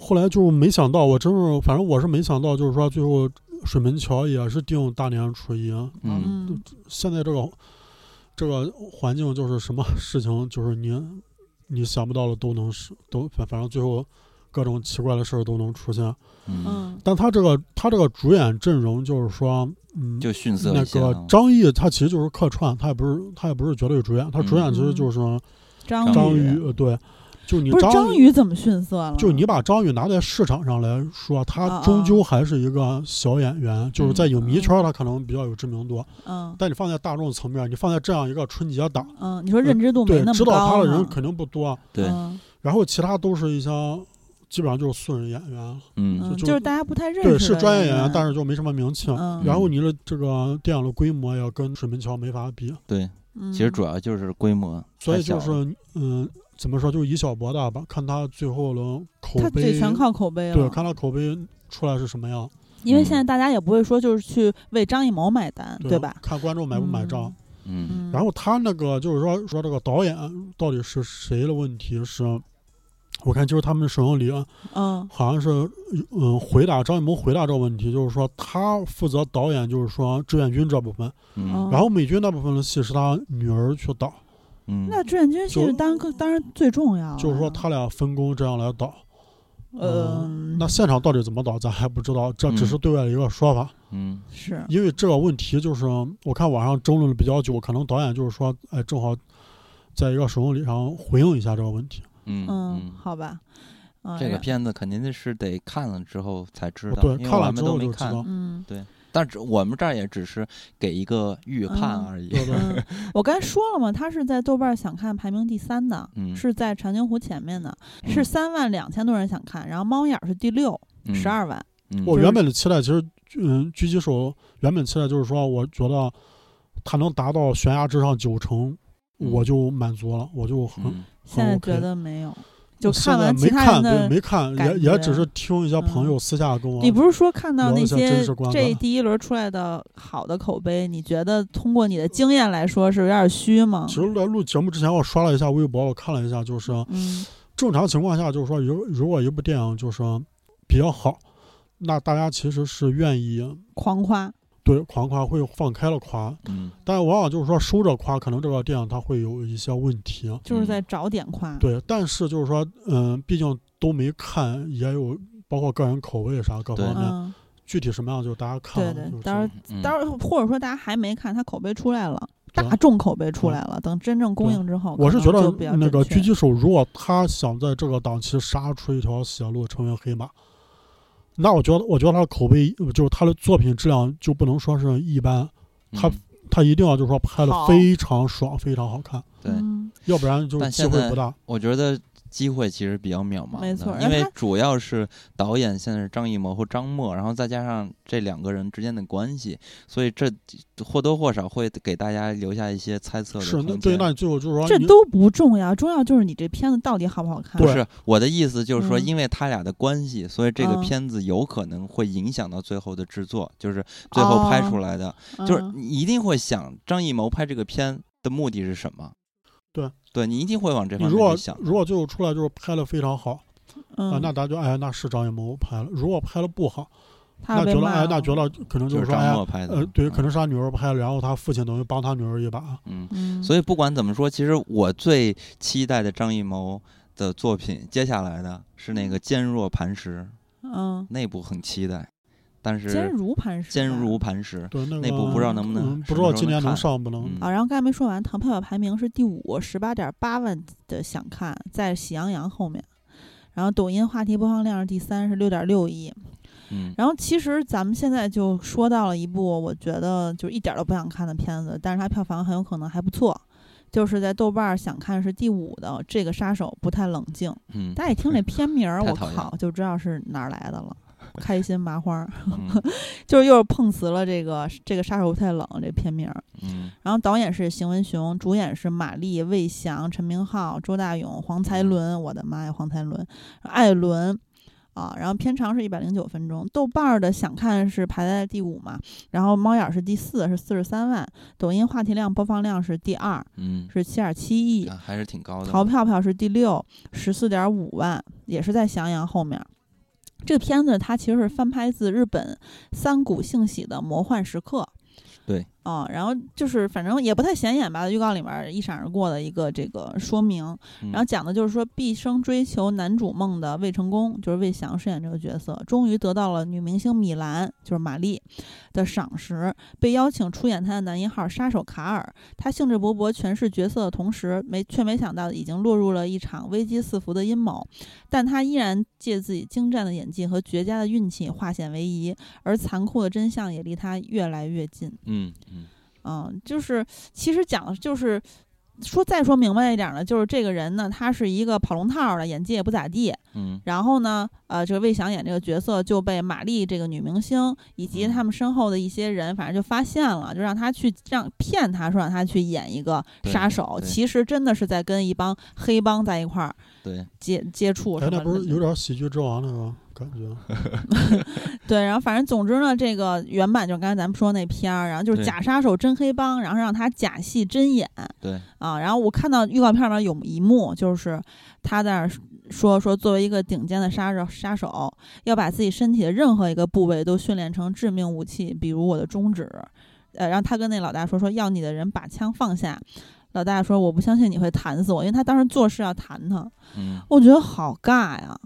S4: 后来就没想到，我真是反正我是没想到，就是说最后水门桥也是定大年初一，啊
S2: 嗯，
S3: 嗯
S4: 现在这个这个环境就是什么事情，就是你你想不到的都能是都反反正最后各种奇怪的事儿都能出现。
S2: 嗯，
S3: 嗯
S4: 但他这个他这个主演阵容就是说，嗯，
S2: 就逊色
S4: 那
S2: 一些啊了。
S4: 个张译他其实就是客串，他也不是他也不是绝对主演，他主演其实
S3: 嗯
S4: 就是
S3: 章
S4: 张
S2: 宇
S4: 宇，呃对，就你
S3: 不是章
S4: 宇
S3: 鱼怎么逊色了？
S4: 就你把张宇拿在市场上来说，他
S3: 啊
S4: 终究还是一个小演员，就是在影迷圈儿他可能比较有知名度，
S3: 嗯
S4: 但你放在大众层面，你放在这样一个春节档，
S3: 嗯，你说认知度没
S4: 对
S3: 那
S4: 知
S3: 么
S4: 道他
S3: 高
S4: 的
S3: 呢
S4: 人，肯定不多，
S2: 对，
S3: 嗯
S4: 然后其他都是一些基本上就是素人演员，
S2: 嗯
S3: 嗯，
S4: 就
S3: 就是大家不太认识，
S4: 对，是专业演员，但
S3: 是
S4: 是就没什么名气。
S3: 嗯，
S4: 然后你的这个电影的规模也跟水门桥没法比，
S2: 对，
S3: 嗯
S2: 其实主要就是规模
S4: 所
S2: 太
S4: 以
S2: 小
S4: 就
S2: 了，
S4: 是嗯，怎么说，就以小博大吧，看他最后的口
S3: 他
S4: 碑
S3: 得，全靠口碑
S4: 对，
S3: 了，
S4: 看他口碑出来是什么样，
S2: 嗯
S3: 因为现在大家也不会说就是去为张艺谋买单，嗯对吧？
S4: 看观众买不买账。
S3: 嗯
S2: 嗯
S3: 嗯，
S4: 然后他那个就是说说这个导演到底是谁的问题是，我看就是他们首映礼
S3: 嗯
S4: 好像是嗯回答张艺谋回答这个问题，就是说他负责导演就是说志愿军这部分，
S2: 嗯
S3: 哦
S4: 然后美军那部分的戏是他女儿去导，
S2: 嗯，
S3: 那志愿军
S4: 就是
S3: 当个当然最重要了，
S4: 就是说他俩分工这样来导。
S3: 嗯
S4: 那现场到底怎么导，咱还不知道，这只是对外的一个说法。
S2: 嗯
S3: 是
S4: 因为这个问题就是我看网上争论了比较久，可能导演就是说，哎，正好在一个首映礼上回应一下这个问题。
S2: 嗯
S3: 嗯
S2: 嗯，
S3: 好吧，嗯
S2: 这个
S3: 然
S2: 片子肯定是得看了之后才知道，
S4: 哦对
S2: 因为
S4: 看
S2: 我
S4: 了
S2: 们
S4: 之
S2: 都
S4: 后
S2: 没
S4: 就知
S2: 看 [laughs]
S4: 道，
S3: 嗯。
S2: 但只我们这儿也只是给一个预判
S3: 嗯
S2: 而已。
S4: 对对
S3: 嗯，
S4: [laughs]
S3: 我刚才说了嘛，他是在豆瓣儿想看排名第三的，
S2: 嗯，
S3: 是在长津湖前面的，
S4: 嗯
S3: 是三万两千多人想看，然后猫眼儿是第六，
S2: 嗯
S3: 十，二万。
S2: 嗯
S4: 我
S3: 就是
S4: 原本的期待其实，嗯，狙击手原本期待就是说，我觉得他能达到悬崖之上九成，
S2: 嗯
S4: 我就满足了，我就很。
S2: 嗯
S3: 现在
S4: 哦 OK
S3: 觉得没有，就
S4: 现
S3: 看
S4: 在
S3: 完
S4: 没
S3: 其他
S4: 看，
S3: 人
S4: 对，
S3: 的。
S4: 没看，也
S3: 感
S4: 也
S3: 觉嗯
S4: 只是听一些朋友私下跟我。
S3: 你不是说看到
S4: 聊
S3: 那
S4: 一下
S3: 些
S4: 真实观
S3: 这
S4: 感
S3: 第一轮出来的好的口碑，你觉得通过你的经验来说是有点虚吗
S4: 其？实来录节目之前，我刷了一下微博，我看了一下，就是
S3: 嗯
S4: 正常情况下，就是说，如如果一部电影就是比较好，那大家其实是愿意
S3: 狂夸，
S4: 对狂夸，会放开了夸。
S2: 嗯
S4: 但是往往就是说收着夸，可能这个电影它会有一些问题。啊
S3: 就是
S2: 嗯
S3: 在找点夸。
S4: 对，但是就是说，嗯，毕竟都没看，也有包括个人口味啥各
S2: 对
S4: 方面，
S3: 嗯，
S4: 具体什么样就大家看
S3: 对对
S4: 了。就，
S3: 到时
S4: 是
S3: 候
S2: 嗯
S3: 到时候或者说大家还没看，它口碑出来了，
S4: 对
S3: 大众口碑出
S4: 对
S3: 来了，等真正公
S4: 对
S3: 映之后，
S4: 我是
S3: 可
S4: 觉
S3: 能就
S4: 得
S3: 比较准
S4: 那个
S3: 确
S4: 狙击手，如果他想在这个档期杀出一条血路，成为黑马，那我觉得，我觉得他的口碑就是他的作品质量就不能说是一般，他
S2: 嗯
S4: 他一定要就是说拍的
S3: 好
S4: 非常爽，非常好看，
S2: 对，
S3: 嗯
S4: 要不然就
S2: 但
S4: 机
S2: 现
S4: 会
S2: 在
S4: 不大。
S2: 我觉得机会其实比较渺茫的，
S3: 没错而
S2: 因为
S3: 他
S2: 主要是导演现在是张艺谋和张默，然后再加上这两个人之间的关系，所以这或多或少会给大家留下一些猜测的
S4: 是，那
S2: 空
S4: 对，
S2: 间
S4: 那你最后
S2: 哦
S4: 就是说
S3: 这
S4: 你，
S3: 都不重要，重要就是你这片子到底好不好看。
S2: 不
S4: 对
S2: 是我的意思，就是说，
S3: 嗯
S2: 因为他俩的关系，所以这个
S3: 嗯
S2: 片子有可能会影响到最后的制作，就是最后拍出来的，
S3: 嗯
S2: 就是啊你一定会想张艺谋拍这个片的目的是什么？
S4: 对，
S2: 对你一定会往这
S4: 你
S2: 方
S4: 如
S2: 面
S4: 果
S2: 去想。
S4: 如果最后出来就是拍的非常好啊、
S3: 嗯，
S4: 那大家就哎那是张艺谋拍了；如果拍的不好，
S3: 他
S4: 那
S3: 被
S4: 觉得
S3: 骂
S4: 哎
S3: 啊了，
S4: 那觉得可能
S2: 就是嗯是
S4: 说
S2: 张
S4: 哎呀
S2: 默拍的，
S4: 呃对，可能是他女儿拍的，然后他父亲等于帮他女儿一把。
S2: 嗯，
S3: 嗯，
S2: 所以不管怎么说，其实我最期待的张艺谋的作品，接下来的是那个《坚若磐石》，
S3: 嗯，
S2: 那部很期待，但是
S3: 坚
S2: 《
S3: 如磐石吧，啊
S2: 坚如磐石》
S4: 对，那个
S2: 那部
S3: 不知道
S2: 能不能
S4: 嗯
S2: 什么
S4: 不知道
S2: 时候
S4: 今年
S2: 能
S4: 能
S2: 看
S4: 上不能。
S2: 嗯
S3: 啊，然后刚才没说完，唐票票排名是第五，十八点八万的想看，在《喜羊羊》后面。然后抖音话题播放量是第三，是六点六亿。 [laughs]
S2: 嗯
S3: 然后其实咱们现在就说到了一部我觉得就一点儿都不想看的片子，但是它票房很有可能还不错，就是在豆瓣儿想看是第五的《这个杀手不太冷静》。
S2: 嗯
S3: 大家一听这片名儿，
S2: 太
S3: 我
S2: 讨厌
S3: 靠，就知道是哪儿来的了。开心麻花儿，
S2: 嗯
S3: 就是又是碰瓷了这个这个杀手不太冷这片名儿。
S2: 嗯
S3: 然后导演是邢文雄，主演是马丽、魏翔、陈明昊、周大勇、黄才
S2: 嗯
S3: 伦。我的妈呀，黄才伦、艾伦啊！然后片长是一百零九分钟，豆瓣儿的想看是排在第五嘛，然后猫眼儿是第四，是四十三万，抖音话题量播放量是第二，
S2: 嗯，
S3: 是七点七亿
S2: 啊，还是挺高的。
S3: 淘票票是第六，十四点五万，也是在襄阳后面。这个片子它其实是翻拍自日本三谷幸喜的《魔幻时刻》。
S2: 对。
S3: 啊、然后就是反正也不太显眼吧，预告里面一闪而过的一个这个说明，
S2: 嗯
S3: 然后讲的就是说毕生追求男主梦的魏成功，就是魏翔饰演这个角色，终于得到了女明星米兰，就是玛丽的赏识，被邀请出演她的男一号杀手卡尔。他兴致勃勃诠释角色的同时，没却没想到已经落入了一场危机四伏的阴谋，但他依然借自己精湛的演技和绝佳的运气化险为夷，而残酷的真相也离他越来越近。
S2: 嗯嗯
S3: 嗯，就是其实讲的就是说再说明白一点儿呢，就是这个人呢，他是一个跑龙套儿的，演技也不咋地。
S2: 嗯
S3: 然后呢，呃，这个魏翔演这个角色就被玛丽这个女明星以及
S4: 嗯
S3: 他们身后的一些人，反正就发现了，就让他去让骗他说让他去演一个
S2: 对
S3: 杀手，
S2: 对
S3: 其实真的是在跟一帮黑帮在一块儿
S2: 对，
S3: 接接触什，
S4: 哎
S3: 么
S4: 那
S3: 的。
S4: 不是有点喜剧之王那个感
S3: [laughs]
S4: 觉？
S3: 对，然后反正总之呢，这个原版就是刚才咱们说那片儿，然后就是
S2: 对
S3: 假杀手真黑帮，然后让他假戏真演。
S2: 对
S3: 啊，然后我看到预告片里面有一幕，就是他在那儿说说，作为一个顶尖的杀手杀手，要把自己身体的任何一个部位都训练成致命武器，比如我的中指。呃，然后他跟那老大说说，要你的人把枪放下。老大说我不相信你会弹死我，因为他当时做事要弹他，
S2: 嗯。
S3: 我觉得好尬呀。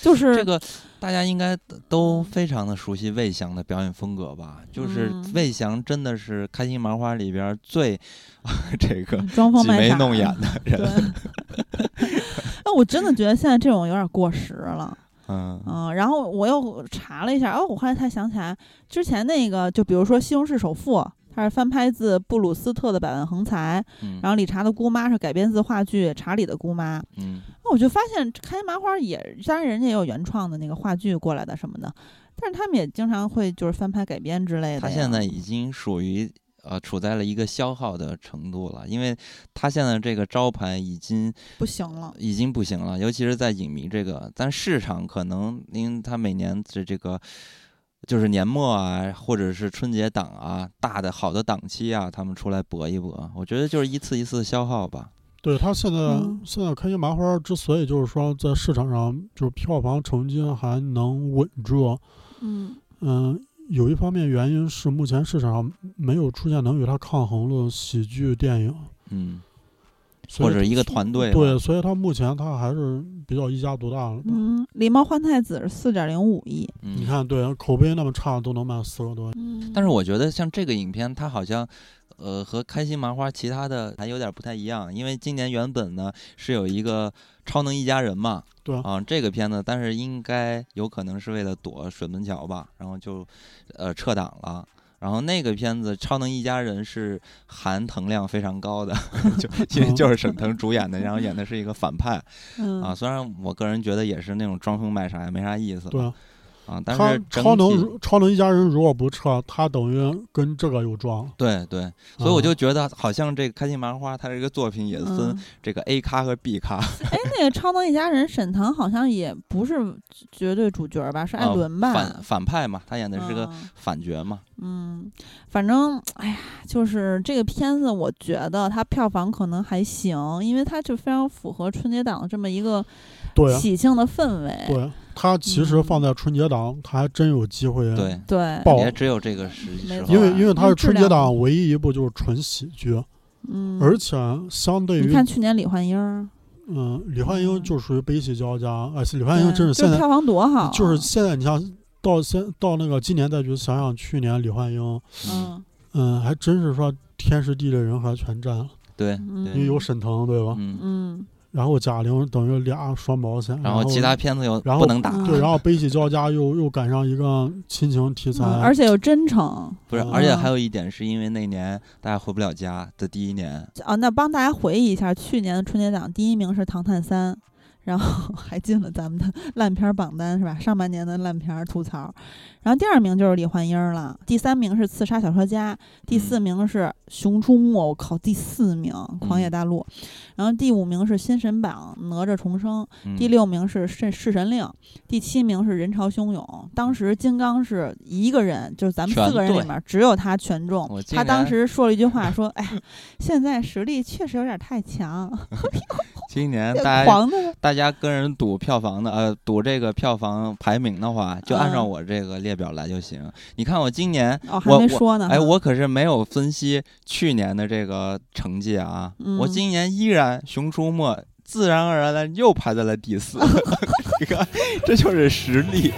S3: 就是
S2: 这个大家应该都非常的熟悉魏翔的表演风格吧？就是
S3: 嗯
S2: 魏翔真的是《开心麻花》里边儿最 [laughs] 这个
S3: 装疯
S2: 挤
S3: 卖
S2: 眉
S3: 傻，
S2: 弄眼的
S3: 对
S2: 人。。
S3: [laughs] 哎，我真的觉得现在这种有点过时了。
S2: 嗯
S3: 嗯，然后我又查了一下，哦，我后来才想起来，之前那个就比如说《西红柿首富》，它是翻拍自布鲁斯特的《百万横财》，
S2: 嗯
S3: 然后理查的姑妈是改编自话剧《查理的姑妈》。
S2: 嗯，
S3: 那我就发现开心麻花也，当然人家也有原创的那个话剧过来的什么的，但是他们也经常会就是翻拍改编之类的呀。
S2: 他现在已经属于呃处在了一个消耗的程度了，因为他现在这个招牌已经
S3: 不行了，
S2: 已经不行了，尤其是在影迷这个，但市场可能因为他每年这这个。就是年末啊，或者是春节档啊，大的好的档期啊，他们出来搏一搏，我觉得就是一次一次消耗吧。
S4: 对他现在、
S3: 嗯
S4: 现在开心麻花之所以就是说在市场上就是票房成绩还能稳住，
S3: 嗯
S4: 嗯，有一方面原因是目前市场上没有出现能与它抗衡的喜剧电影，
S2: 嗯，
S4: 所
S2: 或
S4: 以
S2: 者一个团队吧，
S4: 对，所以它目前它还是比较一家独大了吧。
S3: 嗯，《狸猫换太子》是四点零五亿，
S4: 你
S2: 嗯。
S4: 看，对口碑那么差都能卖四个多亿，
S3: 嗯，
S2: 但是我觉得像这个影片，它好像，呃，和开心麻花其他的还有点不太一样，因为今年原本呢是有一个《超能一家人》嘛，
S4: 对啊
S2: 啊，这个片子，但是应该有可能是为了躲水门桥吧，然后就，呃，撤档了。然后那个片子《超能一家人》是含腾量非常高的， [laughs] 就
S4: [laughs]
S2: 因为就是沈腾主演的，然后演的是一个反派
S3: 嗯
S2: 啊。虽然我个人觉得也是那种装疯卖傻，也没啥意思了
S4: 对啊，
S2: 啊，但
S4: 它
S2: 是整
S4: 超能
S2: 体
S4: 如超能一家人如果不撤，它等于跟这个有撞，啊
S2: 对对，所以
S4: 嗯
S2: 我就觉得好像这个开心麻花，它这个作品也分
S3: 嗯
S2: 这个 A 咖和 B 咖，
S3: 哎，那个《超能一家人》，沈腾好像也不是绝对主角吧，是艾
S2: 啊
S3: 伦吧？
S2: 反反派嘛，他演的是个
S3: 嗯
S2: 反角嘛，
S3: 嗯，反正哎呀，就是这个片子，我觉得它票房可能还行，因为它就非常符合春节档的这么一个
S4: 对啊
S3: 喜庆的氛围。
S4: 对，它其实
S3: 嗯
S4: 放在春节档，它还真有机会
S2: 对，
S3: 对
S4: 嗯爆
S2: 也只有这个时
S3: 没
S2: 时
S3: 错
S2: 候
S4: 因为
S2: 啊，
S4: 因为它
S3: 嗯
S4: 是
S3: 质
S4: 春节
S3: 量
S4: 档唯一一部就是纯喜剧，
S3: 嗯，
S4: 而且相对
S3: 你
S4: 于
S3: 看去年李焕英儿，
S4: 嗯，李焕英
S3: 嗯
S4: 就属于悲喜交加，哎，李焕
S3: 对
S4: 英真是
S3: 就
S4: 现在
S3: 票房多好啊，
S4: 就是现在，你像到现到那个今年再去想想去年李焕英，
S2: 嗯，
S3: 嗯
S4: 嗯，还真是说天时地利人和全占了，
S2: 对
S4: 因为
S2: 对，
S4: 有沈腾对吧？
S2: 嗯，
S3: 嗯
S4: 然后贾玲等于俩双保险，
S2: 然
S4: 然
S2: 后其他片子又
S4: 然
S2: 不
S4: 后
S2: 能打，
S3: 嗯
S4: 对，然后悲喜交加又又赶上一个亲情题材，
S3: 嗯，而且有真诚
S2: 不是，
S4: 嗯
S2: 而且还有一点是因为那年大家回不了家的第一年，
S3: 啊哦。那帮大家回忆一下，去年的春节档第一名是《唐探三》，然后 [laughs] 还进了咱们的烂片儿榜单，是吧？上半年的烂片儿吐槽，然后第二名就是李焕英儿了，第三名是《刺杀小说家》，第四名是《熊出没》，我靠，第四名《狂野大陆》，然后第五名是《新神榜》《哪吒重生》，
S2: 嗯
S3: 第六名是《弑弑神令》，第七名是《人潮汹涌》。当时金刚是一个人，就是咱们
S2: 全
S3: 四个人里
S2: 对
S3: 面只有他全中
S2: 我。竟
S3: 他当
S2: 然
S3: 时说了一句话，说：“哎，现在实力确实有点太强，
S2: 今年
S3: 这
S2: 大家
S3: 狂的
S2: 大家跟人赌票房的，呃，赌这个票房排名的话，就按照
S3: 嗯
S2: 我这个列表来就行。你看我今年，
S3: 哦，还
S2: 我
S3: 没
S2: 我
S3: 说 [laughs] 呢。
S2: 哎，我可是没有分析去年的这个成绩啊，我
S3: 嗯
S2: 今年依然《熊出没》自然而然的又排在了第
S3: [laughs]
S2: 四。你看，这就是实力。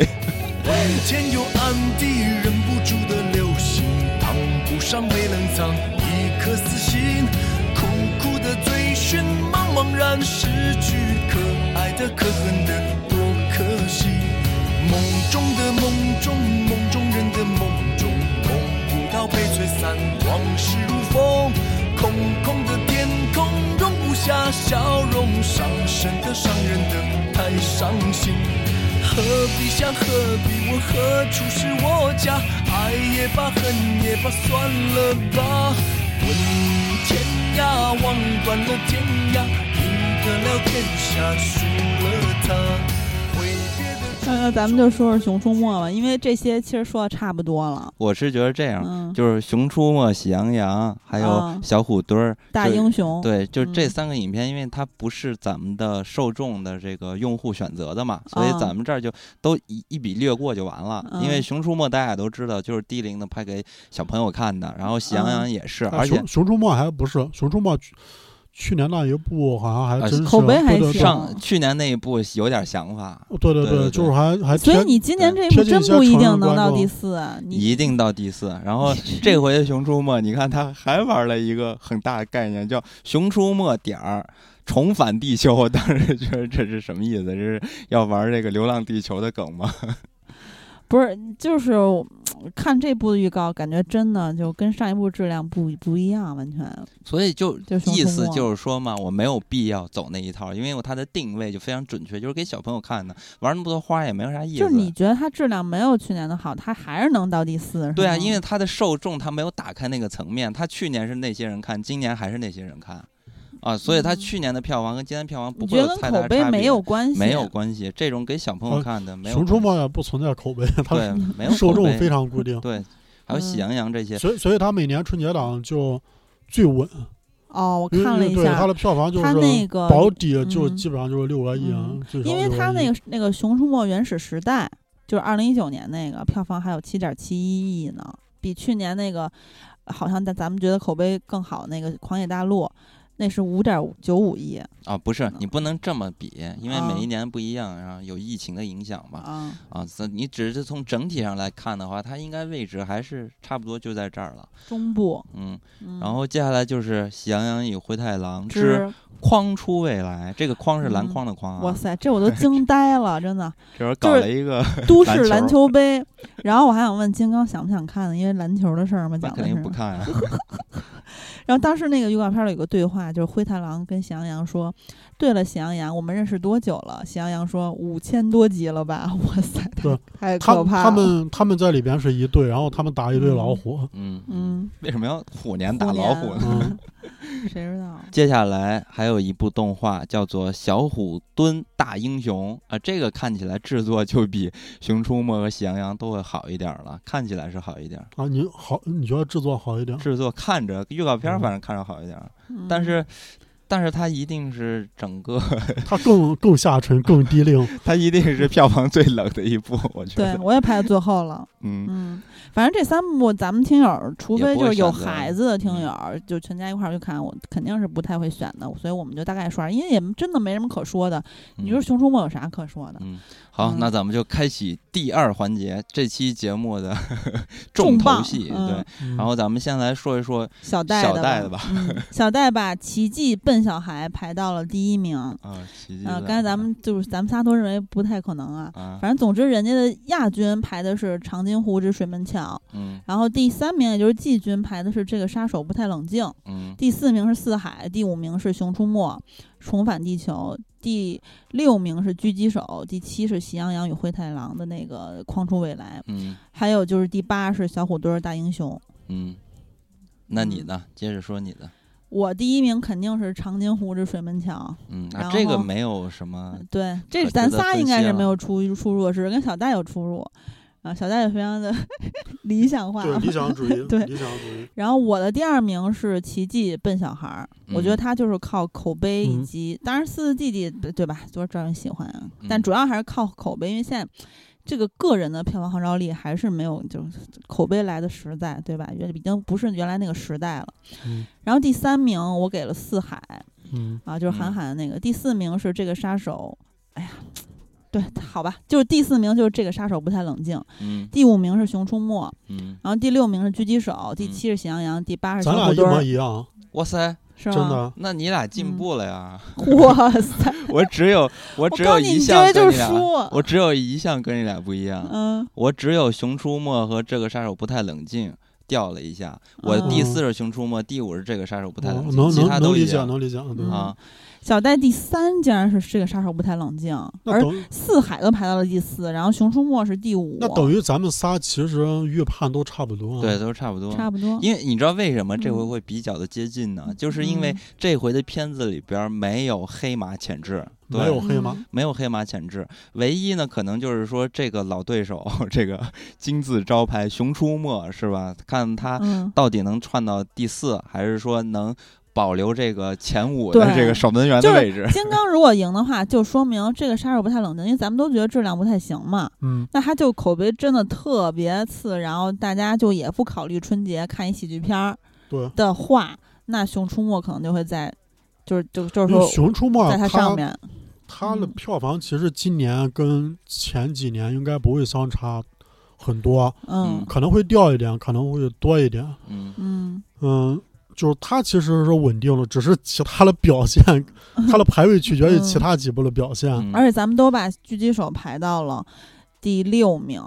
S1: 晚间有暗地忍不住的流行，当不上没能藏一颗私心，苦苦的追寻，茫茫然失去，可爱的可恨的多可惜。梦中的梦中，梦中人的梦中，梦不到被吹散，往事如风。空空的天空容不下笑容，伤神的伤人的太伤心。何必想何必问何处是我家？爱也罢，恨也罢，算了吧。问天涯，望断了天涯，赢得了天下，输了他。挥别的春
S3: 那咱们就说说《熊出没》吧，因为这些其实说的差不多了。
S2: 我是觉得这样，
S3: 嗯，
S2: 就是《熊出没》《喜羊羊》还有
S3: 啊
S2: 小虎墩儿，
S3: 大
S2: 就
S3: 英雄，
S2: 对，就是这
S3: 嗯
S2: 三个影片，因为它不是咱们的受众的这个用户选择的嘛，所以
S3: 啊
S2: 咱们这儿就都一一笔略过就完了。因为《
S3: 嗯
S2: 熊出没》大家也都知道，就是低龄的拍给小朋友看的，然后《喜羊
S3: 嗯
S2: 羊》也是，
S4: 啊
S2: 而且
S4: 熊熊出没还不是熊出没去，去年那一部好像还
S2: 啊
S4: 真是
S3: 口碑还
S4: 对对
S3: 行
S2: 上去年那一部有点想法，
S4: 对对
S2: 对对对
S4: 就是还还
S3: 所以
S4: 贴
S3: 你今年
S4: 对
S3: 这一部
S4: 贴近
S3: 真
S4: 一些
S3: 不一
S4: 成人
S3: 定能
S4: 观
S3: 到
S4: 众
S3: 第四啊，你
S2: 一定到第四。然后 [laughs] 这回的《熊出没》，你看他还玩了一个很大的概念，叫《熊出没点儿》。重返地球，我当时觉得 [laughs] 这是什么意思？这是要玩这个《流浪地球》的梗吗？
S3: 不是就是我看这部的预告，感觉真的就跟上一部质量不不一样，完全。
S2: [laughs] 所以就
S3: 就熊
S2: 意
S3: 出
S2: 思
S3: 没
S2: 就是说嘛，我没有必要走那一套，因为我它的定位就非常准确，就是给小朋友看的，玩那么多花也没有啥意思。
S3: 就是你觉得它质量没有去年的好，它还是能到第四，是
S2: 对啊，
S3: 吗
S2: 因为它的受众它没有打开那个层面，它去年是那些人看，今年还是那些人看，啊，所以它
S3: 嗯
S2: 去年的票房跟今年票房不
S3: 你
S2: 会
S3: 觉得
S2: 有
S3: 跟
S2: 太大
S3: 口
S2: 的
S3: 碑
S2: 差别，
S3: 没有关系，哦
S2: 没有关系，这种给小朋友看的没有
S4: 熊出
S2: 关系
S4: 没也不存在口碑，它
S2: 对
S3: [laughs]
S2: 没有
S4: 受
S2: 口
S4: 众
S2: 碑
S4: 非常固定，
S2: 对，还有喜
S3: 嗯
S2: 羊羊这些，
S4: 所以所以它每年春节档就最稳，
S3: 哦，我
S4: 因为
S3: 看了一
S4: 因为对它
S3: 下，
S4: 的票房就
S3: 它
S4: 是
S3: 那个
S4: 保底就
S3: 嗯
S4: 基本上就是六个亿啊
S3: 嗯，
S4: 最少
S3: 因为
S4: 六个
S3: 它那
S4: 亿
S3: 个那个《熊出没原始时代》，就是二零一九年那个票房还有七点七一亿呢，比去年那个好像咱咱们觉得口碑更好那个《狂野大陆》，那是五点九五亿
S2: 啊，不是
S3: 嗯
S2: 你不能这么比，因为每一
S3: 啊
S2: 年不一样，然后有疫情的影响嘛。
S3: 啊。
S2: 啊，所以你只是从整体上来看的话，它应该位置还是差不多就在这儿了。
S3: 中部，
S2: 嗯，
S3: 嗯、
S2: 然后接下来就是《喜羊羊与灰太狼之
S3: 之，
S2: 筐出未来》，这个筐是篮
S3: 嗯
S2: 筐的筐
S3: 哇
S2: 啊，
S3: 塞，这我都
S2: [laughs]
S3: 惊呆了，真的。
S2: 这会儿搞
S3: 是
S2: 了一
S3: [laughs]
S2: 个， [laughs]
S3: 都市
S2: 篮
S3: 篮
S2: 球
S3: 球杯，然后我还想问金刚想不想看呢，因为篮球的事儿嘛，
S2: 那
S3: 讲
S2: 肯
S3: 的
S2: 定不
S3: 是。
S2: 看
S3: [laughs]
S2: 啊。
S3: 然后当时那个预告片里有个对话，就是灰太狼跟喜羊羊说：“对了，喜羊羊，我们认识多久了？”喜羊羊说：“五千多集了吧？”哇塞，
S2: [laughs]
S4: 对
S3: 太太
S4: 他
S3: 可怕了。
S4: 他们他们在里边是一队，然后他们打一堆老
S3: 嗯
S4: 虎，
S2: 嗯，
S3: 嗯，
S2: 为什么要虎年
S3: 虎
S2: 打老
S3: 年啊
S2: 虎呢？
S4: 嗯，
S3: 谁知道？
S2: 接下来还有一部动画叫做《小虎墩大英雄》啊，这个看起来制作就比《熊出没》和《喜羊羊》都会好一点儿了，看起来是好一点儿，
S4: 啊，你好，你觉得制作好一点？
S2: 制作看着预告片儿
S4: 嗯
S2: 反正看着好一点儿。
S3: 嗯
S2: 但是，但是它一定是整个， [laughs]
S4: 它更更下沉，更低龄。
S2: 它一定是票房最冷的一部，我觉
S3: 对
S2: 得。
S3: 我也排到最后了。
S2: 嗯，
S3: 嗯，反正这三部咱们听友儿，除
S2: 也
S3: 非
S2: 不
S3: 就
S2: 会
S3: 是有
S2: 选择
S3: 孩子的听友儿，就全家一块儿去看，我肯定是不太会选的，所以我们就大概说，因为也真的没什么可说的。你说
S2: 嗯
S3: 《熊出没》有啥可说的？
S2: 嗯，好，
S3: 嗯
S2: 那咱们就开启第二环节，这期节目
S3: [laughs]
S2: 的
S3: 重
S2: 头
S3: 磅
S2: 戏，
S3: 嗯
S2: 对。[laughs]
S4: 嗯
S2: 然后咱们先来说一说，
S3: 小戴
S2: 小
S3: 的
S2: 戴的吧
S3: 吧，嗯小戴把《奇迹笨小孩》排到了第一名。
S2: 啊，奇迹的
S3: 嗯、刚才咱们就是咱们仨都认为不太可能啊。
S2: 啊，
S3: 反正总之，人家的亚军排的是《长津津湖之水门桥》，
S2: 嗯
S3: 然后第三名也就是季军排的是这个杀手不太冷静，
S2: 嗯
S3: 第四名是四海，第五名是熊出没，重返地球，第六名是狙击手，第七是喜羊羊与灰太狼的那个框出未来，
S2: 嗯
S3: 还有就是第八是小虎墩儿大英雄。
S2: 嗯，那你
S3: 嗯
S2: 呢？接着说你的。
S3: 我第一名肯定是长津湖之水门桥，
S2: 嗯，
S3: 然
S2: 啊、这个
S3: 后
S2: 没有什么，
S3: 对，这
S2: 可
S3: 咱
S2: 值啊得
S3: 仨
S2: 分
S3: 应该
S2: 析
S3: 是
S2: 了
S3: 没有出出入的事，跟小戴有出入，啊，小戴也非常的 [laughs] 理想化，
S4: 对理想主义，
S3: 对
S4: 理想主义，
S3: [laughs] 然后我的第二名是《奇迹笨小孩儿》，我觉得
S2: 嗯
S3: 他就是靠口碑以
S4: 嗯
S3: 及，当然四字弟弟对对吧，多招人喜欢啊，但
S2: 嗯
S3: 主要还是靠口碑，因为现在这个个人的票房号召力还是没有就是口碑来的实在，对吧？原已经不是原来那个时代了。
S4: 嗯
S3: 然后第三名我给了四海
S4: 嗯，
S3: 啊，就是韩
S2: 嗯
S3: 寒那个，第四名是这个杀手，哎呀。对，好吧，就是第四名就是这个杀手不太冷静，
S2: 嗯
S3: 第五名是熊出没，
S2: 嗯，
S3: 然后第六名是狙击手，第
S2: 嗯
S3: 七是喜羊羊，第八是小
S4: 咱俩
S3: 虎
S4: 一
S3: 墩
S4: 模
S3: 儿，
S4: 一样，
S2: 哇塞，
S3: 是
S4: 真
S3: 吗？
S4: 的。
S2: 那你俩进
S3: 嗯
S2: 步了
S3: [laughs]
S2: 呀！
S3: 哇塞！
S2: 我只有我只
S3: 告
S2: 有
S3: 诉你，
S2: 一
S3: 你
S2: 项
S3: 这
S2: 跟
S3: 就
S2: 你
S3: 是
S2: 俩，
S3: 输。
S2: 我只有一项跟你俩不一样，啊
S3: 嗯，
S2: 我只有《熊出没》和《这个杀手不太冷静》掉了一下。我
S3: 嗯
S2: 第四是《熊出没》，第五是《这个杀手不太冷
S4: 哦
S2: 静》，
S4: 能
S2: 其他
S4: 能
S2: 都
S4: 能
S2: 一
S4: 理解，
S2: 样
S4: 能理解，嗯对。
S3: 嗯
S2: 啊。
S3: 小戴第三竟然是这个杀手不太冷静，
S4: 那
S3: 而
S4: 等
S3: 四海都排到了第四，然后熊出没是第五，
S4: 那等于咱们仨其实预判都差不多啊。
S2: 对，都差不多。
S3: 差不多。
S2: 因为你知道为什么这回
S3: 嗯
S2: 会比较的接近呢？就是因为
S3: 嗯
S2: 这回的片子里边没有黑马潜质，对
S4: 没有黑马，
S2: 没有黑马潜质，唯一呢可能就是说这个老对手， [laughs] 这个金字招牌《熊出没》是吧？看他
S3: 嗯，
S2: 到底能窜到第四，还是说能保留这个前五的
S3: 对
S2: 这个守门员
S3: 就
S2: 的
S3: 是
S2: 位 [laughs] 置？
S3: 金刚如果赢的话，就说明这个杀手不太冷静，因为咱们都觉得质量不太行嘛。
S4: 嗯，
S3: 那他就口碑真的特别次，然后大家就也不考虑春节看一喜剧片儿
S4: 对。
S3: 的话，那熊出没可能就会在，就是就就是
S4: 因为《
S3: 说
S4: 熊出
S2: 啊
S4: 没
S3: 在》它上
S4: 它
S3: 面。
S4: 它的
S3: 嗯
S4: 票房其实今年跟前几年应该不会相差很多，
S3: 嗯
S4: 可能会掉一点，可能会多一点。
S2: 嗯
S3: 嗯
S4: 嗯，就是它其实是稳定了，只是其他的表现，
S3: 嗯
S4: 它的排位取决于其他几部的表现。
S2: 嗯，
S3: [laughs] 而且咱们都把狙击手排到了第六名。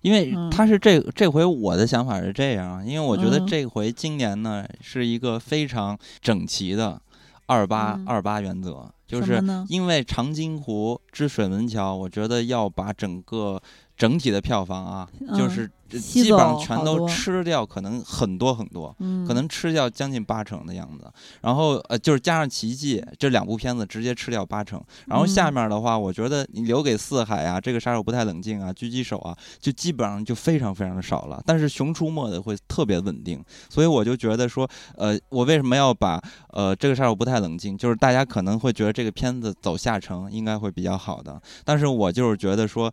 S2: 因为
S3: 嗯
S2: 他是这这回我的想法是这样，因为我觉得
S3: 嗯
S2: 这回今年呢是一个非常整齐的二八
S3: 嗯
S2: 二八原则，就
S3: 什么
S2: 是
S3: 呢？
S2: 因为长津湖之水门桥，我觉得要把整个整体的票房啊，就
S3: 嗯
S2: 是
S3: 吸
S2: 基本上
S3: 走
S2: 全
S3: 好
S2: 都
S3: 多
S2: 吃掉，可能很多很多。
S3: 嗯，
S2: 可能吃掉将近八成的样子，然后呃，就是加上《奇迹》这两部片子，直接吃掉八成。然后下
S3: 嗯
S2: 面的话，我觉得你留给四海啊，这个杀手不太冷静啊，狙击手啊，就基本上就非常非常的少了。但是《熊出没》的会特别稳定，所以我就觉得说，呃，我为什么要把呃这个杀手不太冷静？就是大家可能会觉得这个片子走下城应该会比较好的，但是我就是觉得说。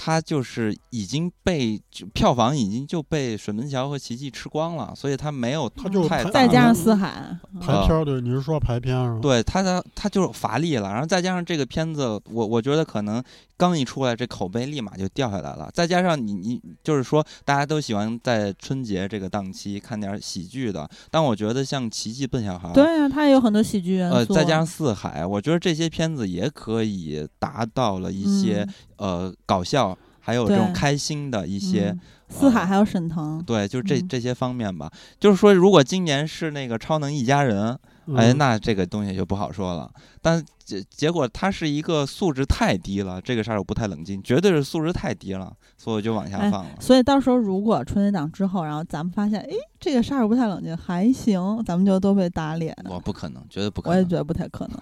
S2: 它就是已经被就票房已经就被水门桥和奇迹吃光了，所以它没有
S4: 它就
S2: 太大
S4: 排
S3: 嗯再加
S2: 的
S3: 上四海，
S2: 嗯
S3: 嗯
S4: 排片儿对，你是说排片儿是吧？
S2: 对他的他就是乏力了，然后再加上这个片子，我我觉得可能刚一出来，这口碑立马就掉下来了。再加上你你就是说，大家都喜欢在春节这个档期看点喜剧的，但我觉得像《奇迹笨小孩》
S3: 对啊，它也有很多喜剧元素。啊
S2: 呃，再加上《四海》，我觉得这些片子也可以达到了一些、呃搞笑，还有这种
S3: 嗯对
S2: 开心的一
S3: 一
S2: 些。
S3: 嗯四海
S2: 呃
S3: 还有沈腾，
S2: 对，就是这
S3: 嗯
S2: 这些方面吧。就是说，如果今年是那个《超能一家人》，
S4: 嗯
S2: 哎，那这个东西就不好说了。但结结果它是一个素质太低了，这个杀手不太冷静，绝对是素质太低了，所以我就往下
S3: 哎
S2: 放了。
S3: 所以到时候如果春节档之后，然后咱们发现，哎，这个杀手不太冷静还行，咱们就都被打脸。
S2: 我不可能，绝对不可
S3: 我也
S2: 能
S3: 觉。得不太可能。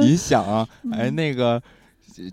S2: 你想啊，哎，
S3: 嗯
S2: 那个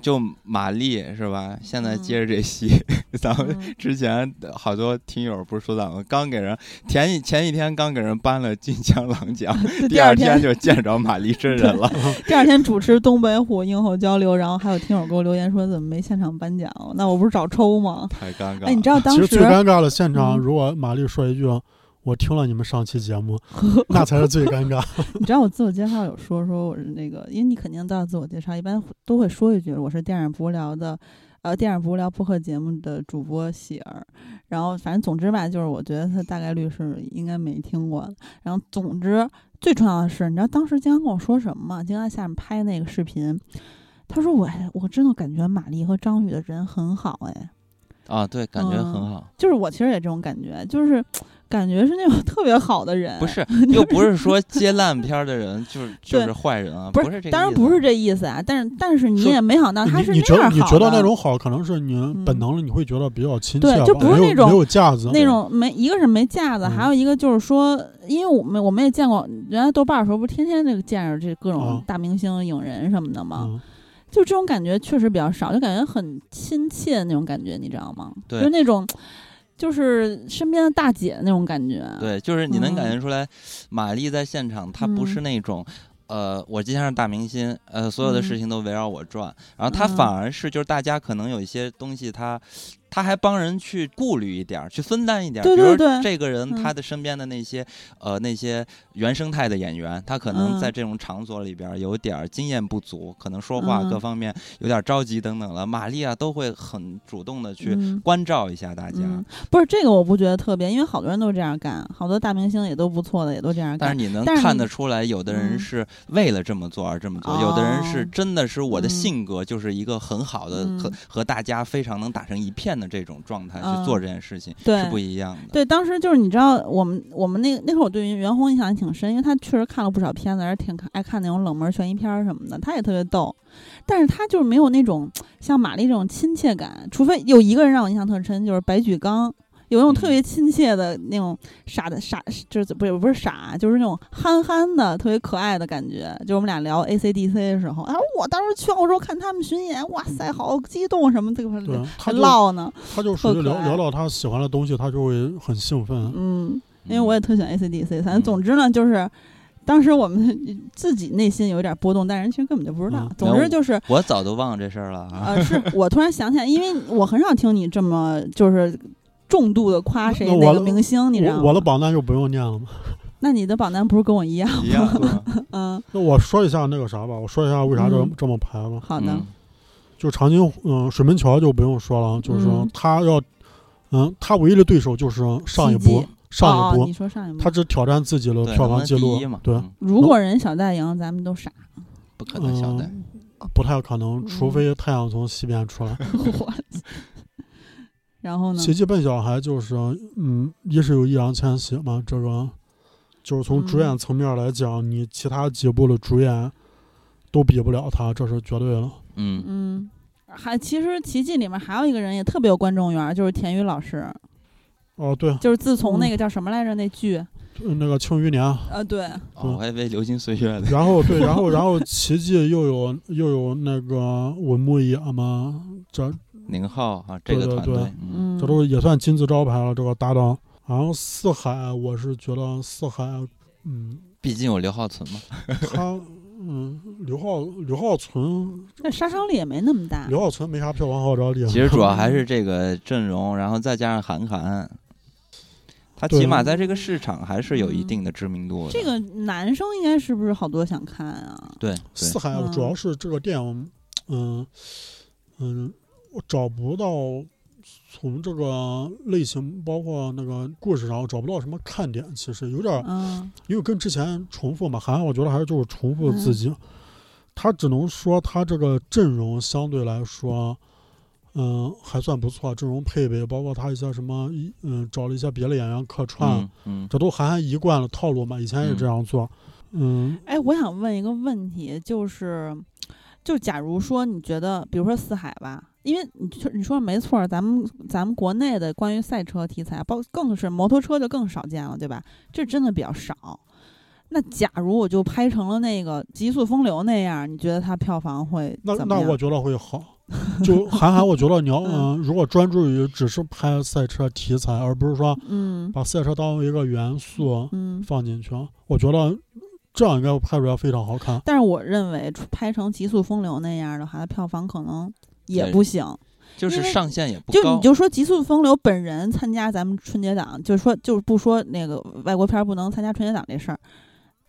S2: 就马丽是吧？现在
S3: 嗯
S2: 接着这戏， [laughs] 咱们 [laughs]
S3: 嗯
S2: 之前好多听友不是说咱们刚给人前一前一天刚给人颁了金枪狼
S3: [laughs]
S2: 奖，
S3: 就
S2: 第
S3: 二
S2: 二天就见着马丽真
S3: [laughs]
S2: 人了。
S3: 第二天主持东北虎映后交流，然后还有听友给我留言说怎么没现场颁奖？那我不是找抽吗？
S2: 太尴尬了。
S3: 哎，你知道当
S4: 其
S3: 时
S4: 实最尴尬的现场，
S3: 嗯
S4: 如果玛丽说一句“我听了你们上期
S3: [laughs]
S4: 节目”，那才是最尴尬。
S3: 你知道我自我介绍有说说我是那个，因为你肯定都要自我介绍，一般都会说一句我是电影不无聊的，呃，电影不无聊播客节目的主播喜儿。然后反正总之吧，就是我觉得他大概率是应该没听过的。然后总之最重要的是，你知道当时金刚跟我说什么吗？金刚在下面拍那个视频，他说我哎我真的感觉马丽和张宇的人很好哎。
S2: 啊，对，感觉很
S3: 嗯
S2: 好。
S3: 就是我其实也这种感觉，就是感觉是那种特别好的人，
S2: 不是，又不是说接烂片儿的人
S3: [laughs]
S2: 就是就是
S3: 对
S2: 坏人啊，
S3: 不
S2: 不这
S3: 是
S2: 个意思，
S3: 当然不是这意思啊，但是但是你
S4: 是
S3: 也没想到啊他是
S4: 你你觉
S3: 那
S4: 得
S3: 样
S4: 你
S3: 好
S4: 觉得
S3: 的
S4: 那种好，可能是你本
S3: 嗯
S4: 能了，你会觉得比较亲切
S3: 对
S4: 吧，
S3: 就不是
S4: 没
S3: 那
S4: 有
S3: 种
S4: 没有架子
S3: 那种没一个是没架子，
S4: 嗯
S3: 还有一个就是说，因为我们我们也见过，原来豆瓣儿的时候不是天天这个见着这各
S2: 嗯
S3: 种
S4: 啊
S3: 大明星、影人什么的吗？
S4: 嗯
S3: 就这种感觉确实比较少，就感觉很亲切的那种感觉，你知道吗？
S2: 对
S3: 就是那种就是身边的大姐那种感觉。，
S2: 对，就是你能感觉
S3: 嗯
S2: 出来，玛丽在现场，她不是那种。呃，我今天是大明星，呃，所有的事
S3: 嗯
S2: 情都围绕我转。然后她反而是，就是大家可能有一些东西她，她还帮人去顾虑一点儿，去分担一点儿。
S3: 对
S2: 比如
S3: 对
S2: 说
S3: 对
S2: 这个人
S3: 嗯
S2: 他的身边的那些、呃那些原生态的演员，他可能
S3: 嗯
S2: 在这种场所里边儿有点儿经验不足，可能说话各
S3: 嗯
S2: 方面有点儿着急等等了。玛丽啊，都会很主动的去
S3: 嗯
S2: 关照一下大家。
S3: 嗯，不是这个我不觉得特别，因为好多人都这样干，好多大明星也都不错的，也都这样
S2: 但是
S3: 干。
S2: 你能
S3: 但是
S2: 看
S3: 你
S2: 得出来，有的人
S3: 嗯
S2: 是为了这么做而这么做，有的人是
S3: 哦
S2: 真的是我的
S3: 嗯
S2: 性格就是一个很好的和
S3: 嗯
S2: 和大家非常能打成一片的这种状态去
S3: 嗯
S2: 做这件事情
S3: 对
S2: 是不一样的。
S3: 对，当时就是你知道，我们我们那那会儿我对于袁弘印象还挺深，因为他确实看了不少片子，而且挺看爱看那种冷门悬疑片儿什么的，他也特别逗。但是他就是没有那种像玛丽这种亲切感，除非有一个人让我印象特深，就是白举纲，有那种特
S2: 嗯
S3: 别亲切的那种傻的傻，就是不是不是傻，啊就是那种憨憨的、特别可爱的感觉。就我们俩聊 A C D C 的时候，啊，我当时去澳洲看他们巡演，哇塞，好激动什么这个
S4: 对啊
S3: 还
S4: 他就
S3: 嗯唠呢，
S4: 他就属于
S3: 特可
S4: 聊
S3: 爱
S4: 聊到他喜欢的东西，他就会很兴奋。
S3: 嗯。因为
S2: 嗯
S3: 我也特喜欢 ACDC，反正
S2: 嗯
S3: 总之呢，就是当时我们自己内心有点波动，但人其实根本就不知道
S4: 嗯。
S3: 总之就是，
S2: 我早都忘了这事儿了
S3: [laughs]
S2: 啊。
S3: 呃，
S4: [laughs]
S3: 是我突然想起来，因为我很少听你这么就是重度的夸谁
S4: 那我
S3: 哪个
S4: 的
S3: 明星，你知道吗？
S4: 我我的榜单就不用念了嘛。
S3: 那你的榜单不是跟我一样？
S2: 一样的，
S3: 嗯，
S4: 那我说一下那个啥吧，我说一下为啥这、
S3: 嗯
S4: 这么排吧。
S3: [laughs] 好
S2: 嗯
S3: 的，
S4: 就长津湖，嗯、水门桥就不用说了，啊就是说
S3: 嗯
S4: 他要，嗯，他唯一的对手就是上一
S3: 奇迹
S4: 波，上一
S3: 哦哦
S4: 波，
S3: 你说上一
S4: 他
S3: 部。
S4: 只挑战自己的
S2: 对，
S4: 票
S2: 能
S4: 房
S2: 得
S4: 记
S2: 第
S4: 录
S2: 一嘛，，
S4: 对，
S2: 嗯，
S3: 如果人小戴赢，咱们都
S4: [laughs]
S3: 傻。
S2: 不可能小戴。
S4: 嗯
S3: 哦
S4: 不太可能，
S3: 嗯
S4: 除非太阳从西边出来。
S3: 我然后呢？
S4: 奇迹笨小孩就是，嗯，一是有易烊千玺嘛，这个就是从主演
S3: 嗯
S4: 层面来讲，你其他几部的主演都比不了他，这是绝对的。
S2: 嗯，
S3: 嗯，还其实《奇迹》里面还有一个人也特别有观众缘儿，就是田雨老师。
S4: 哦，对，
S3: 就是自从那
S4: 嗯
S3: 个叫什么来着那剧，
S4: 那个《庆余年》，
S3: 呃，对，
S2: 哦，我还以为《流金岁月》的。
S4: [laughs] 然后对，然后然后奇迹又有又有那个文牧野嘛，这
S2: 宁浩啊，这个
S4: 对对
S2: 团
S4: 对
S2: 队，嗯，
S3: 嗯，
S4: 这都也算金字招牌了，这个搭档。然后四海，我是觉得四海，嗯，
S2: 毕竟有刘浩存嘛。
S4: 他嗯刘浩刘浩存
S3: 那杀伤力也没那么大。
S4: 刘浩存没啥票房号召力，啊
S2: 其实
S4: [laughs]
S2: 主要还是这个阵容，然后再加上韩寒，他起码在这个市场还是有一定的知名度的。
S3: 嗯这个男生应该是不是好多想看啊？
S2: 对
S4: 四
S2: 对，
S4: 海
S3: 嗯
S4: 主要是这个电影，嗯嗯，我找不到从这个类型包括那个故事上我找不到什么看点，其实有点儿
S3: 嗯
S4: 因为跟之前重复嘛，韩寒我觉得还是就是重复自
S3: 嗯
S4: 己，他只能说他这个阵容相对来说，嗯，还算不错，阵容配备包括他一些什么，一嗯，找了一些别的演员客串，
S2: 嗯嗯，
S4: 这都韩寒一贯的套路嘛，以前也这样做，嗯，
S3: 哎，我想问一个问题，就是，就假如说你觉得，比如说四海吧，因为你确你说的没错儿，咱们咱们国内的关于赛车题材，包更是摩托车就更少见了，对吧？这真的比较少。那假如我就拍成了那个《极速风流》那样，你觉得它票房会
S4: 那
S3: 怎么
S4: 那
S3: 样？
S4: 我觉得会好。就韩寒，我觉得你要嗯，如果专注于只是拍赛车题材，而不是说
S3: 嗯
S4: 把赛车当为一个元素
S3: 嗯，
S4: 放进去，我觉得这样应该会拍出来非常好看。
S3: 但是我认为出拍成《极速风流》那样的话，它票房可能也
S2: 也
S3: 不行。
S2: 就是上限也不
S3: 就
S2: 高
S3: 你。就说《极速风流》本人参加咱们春节档，就是说就是不说那个外国片儿不能参加春节档这事儿，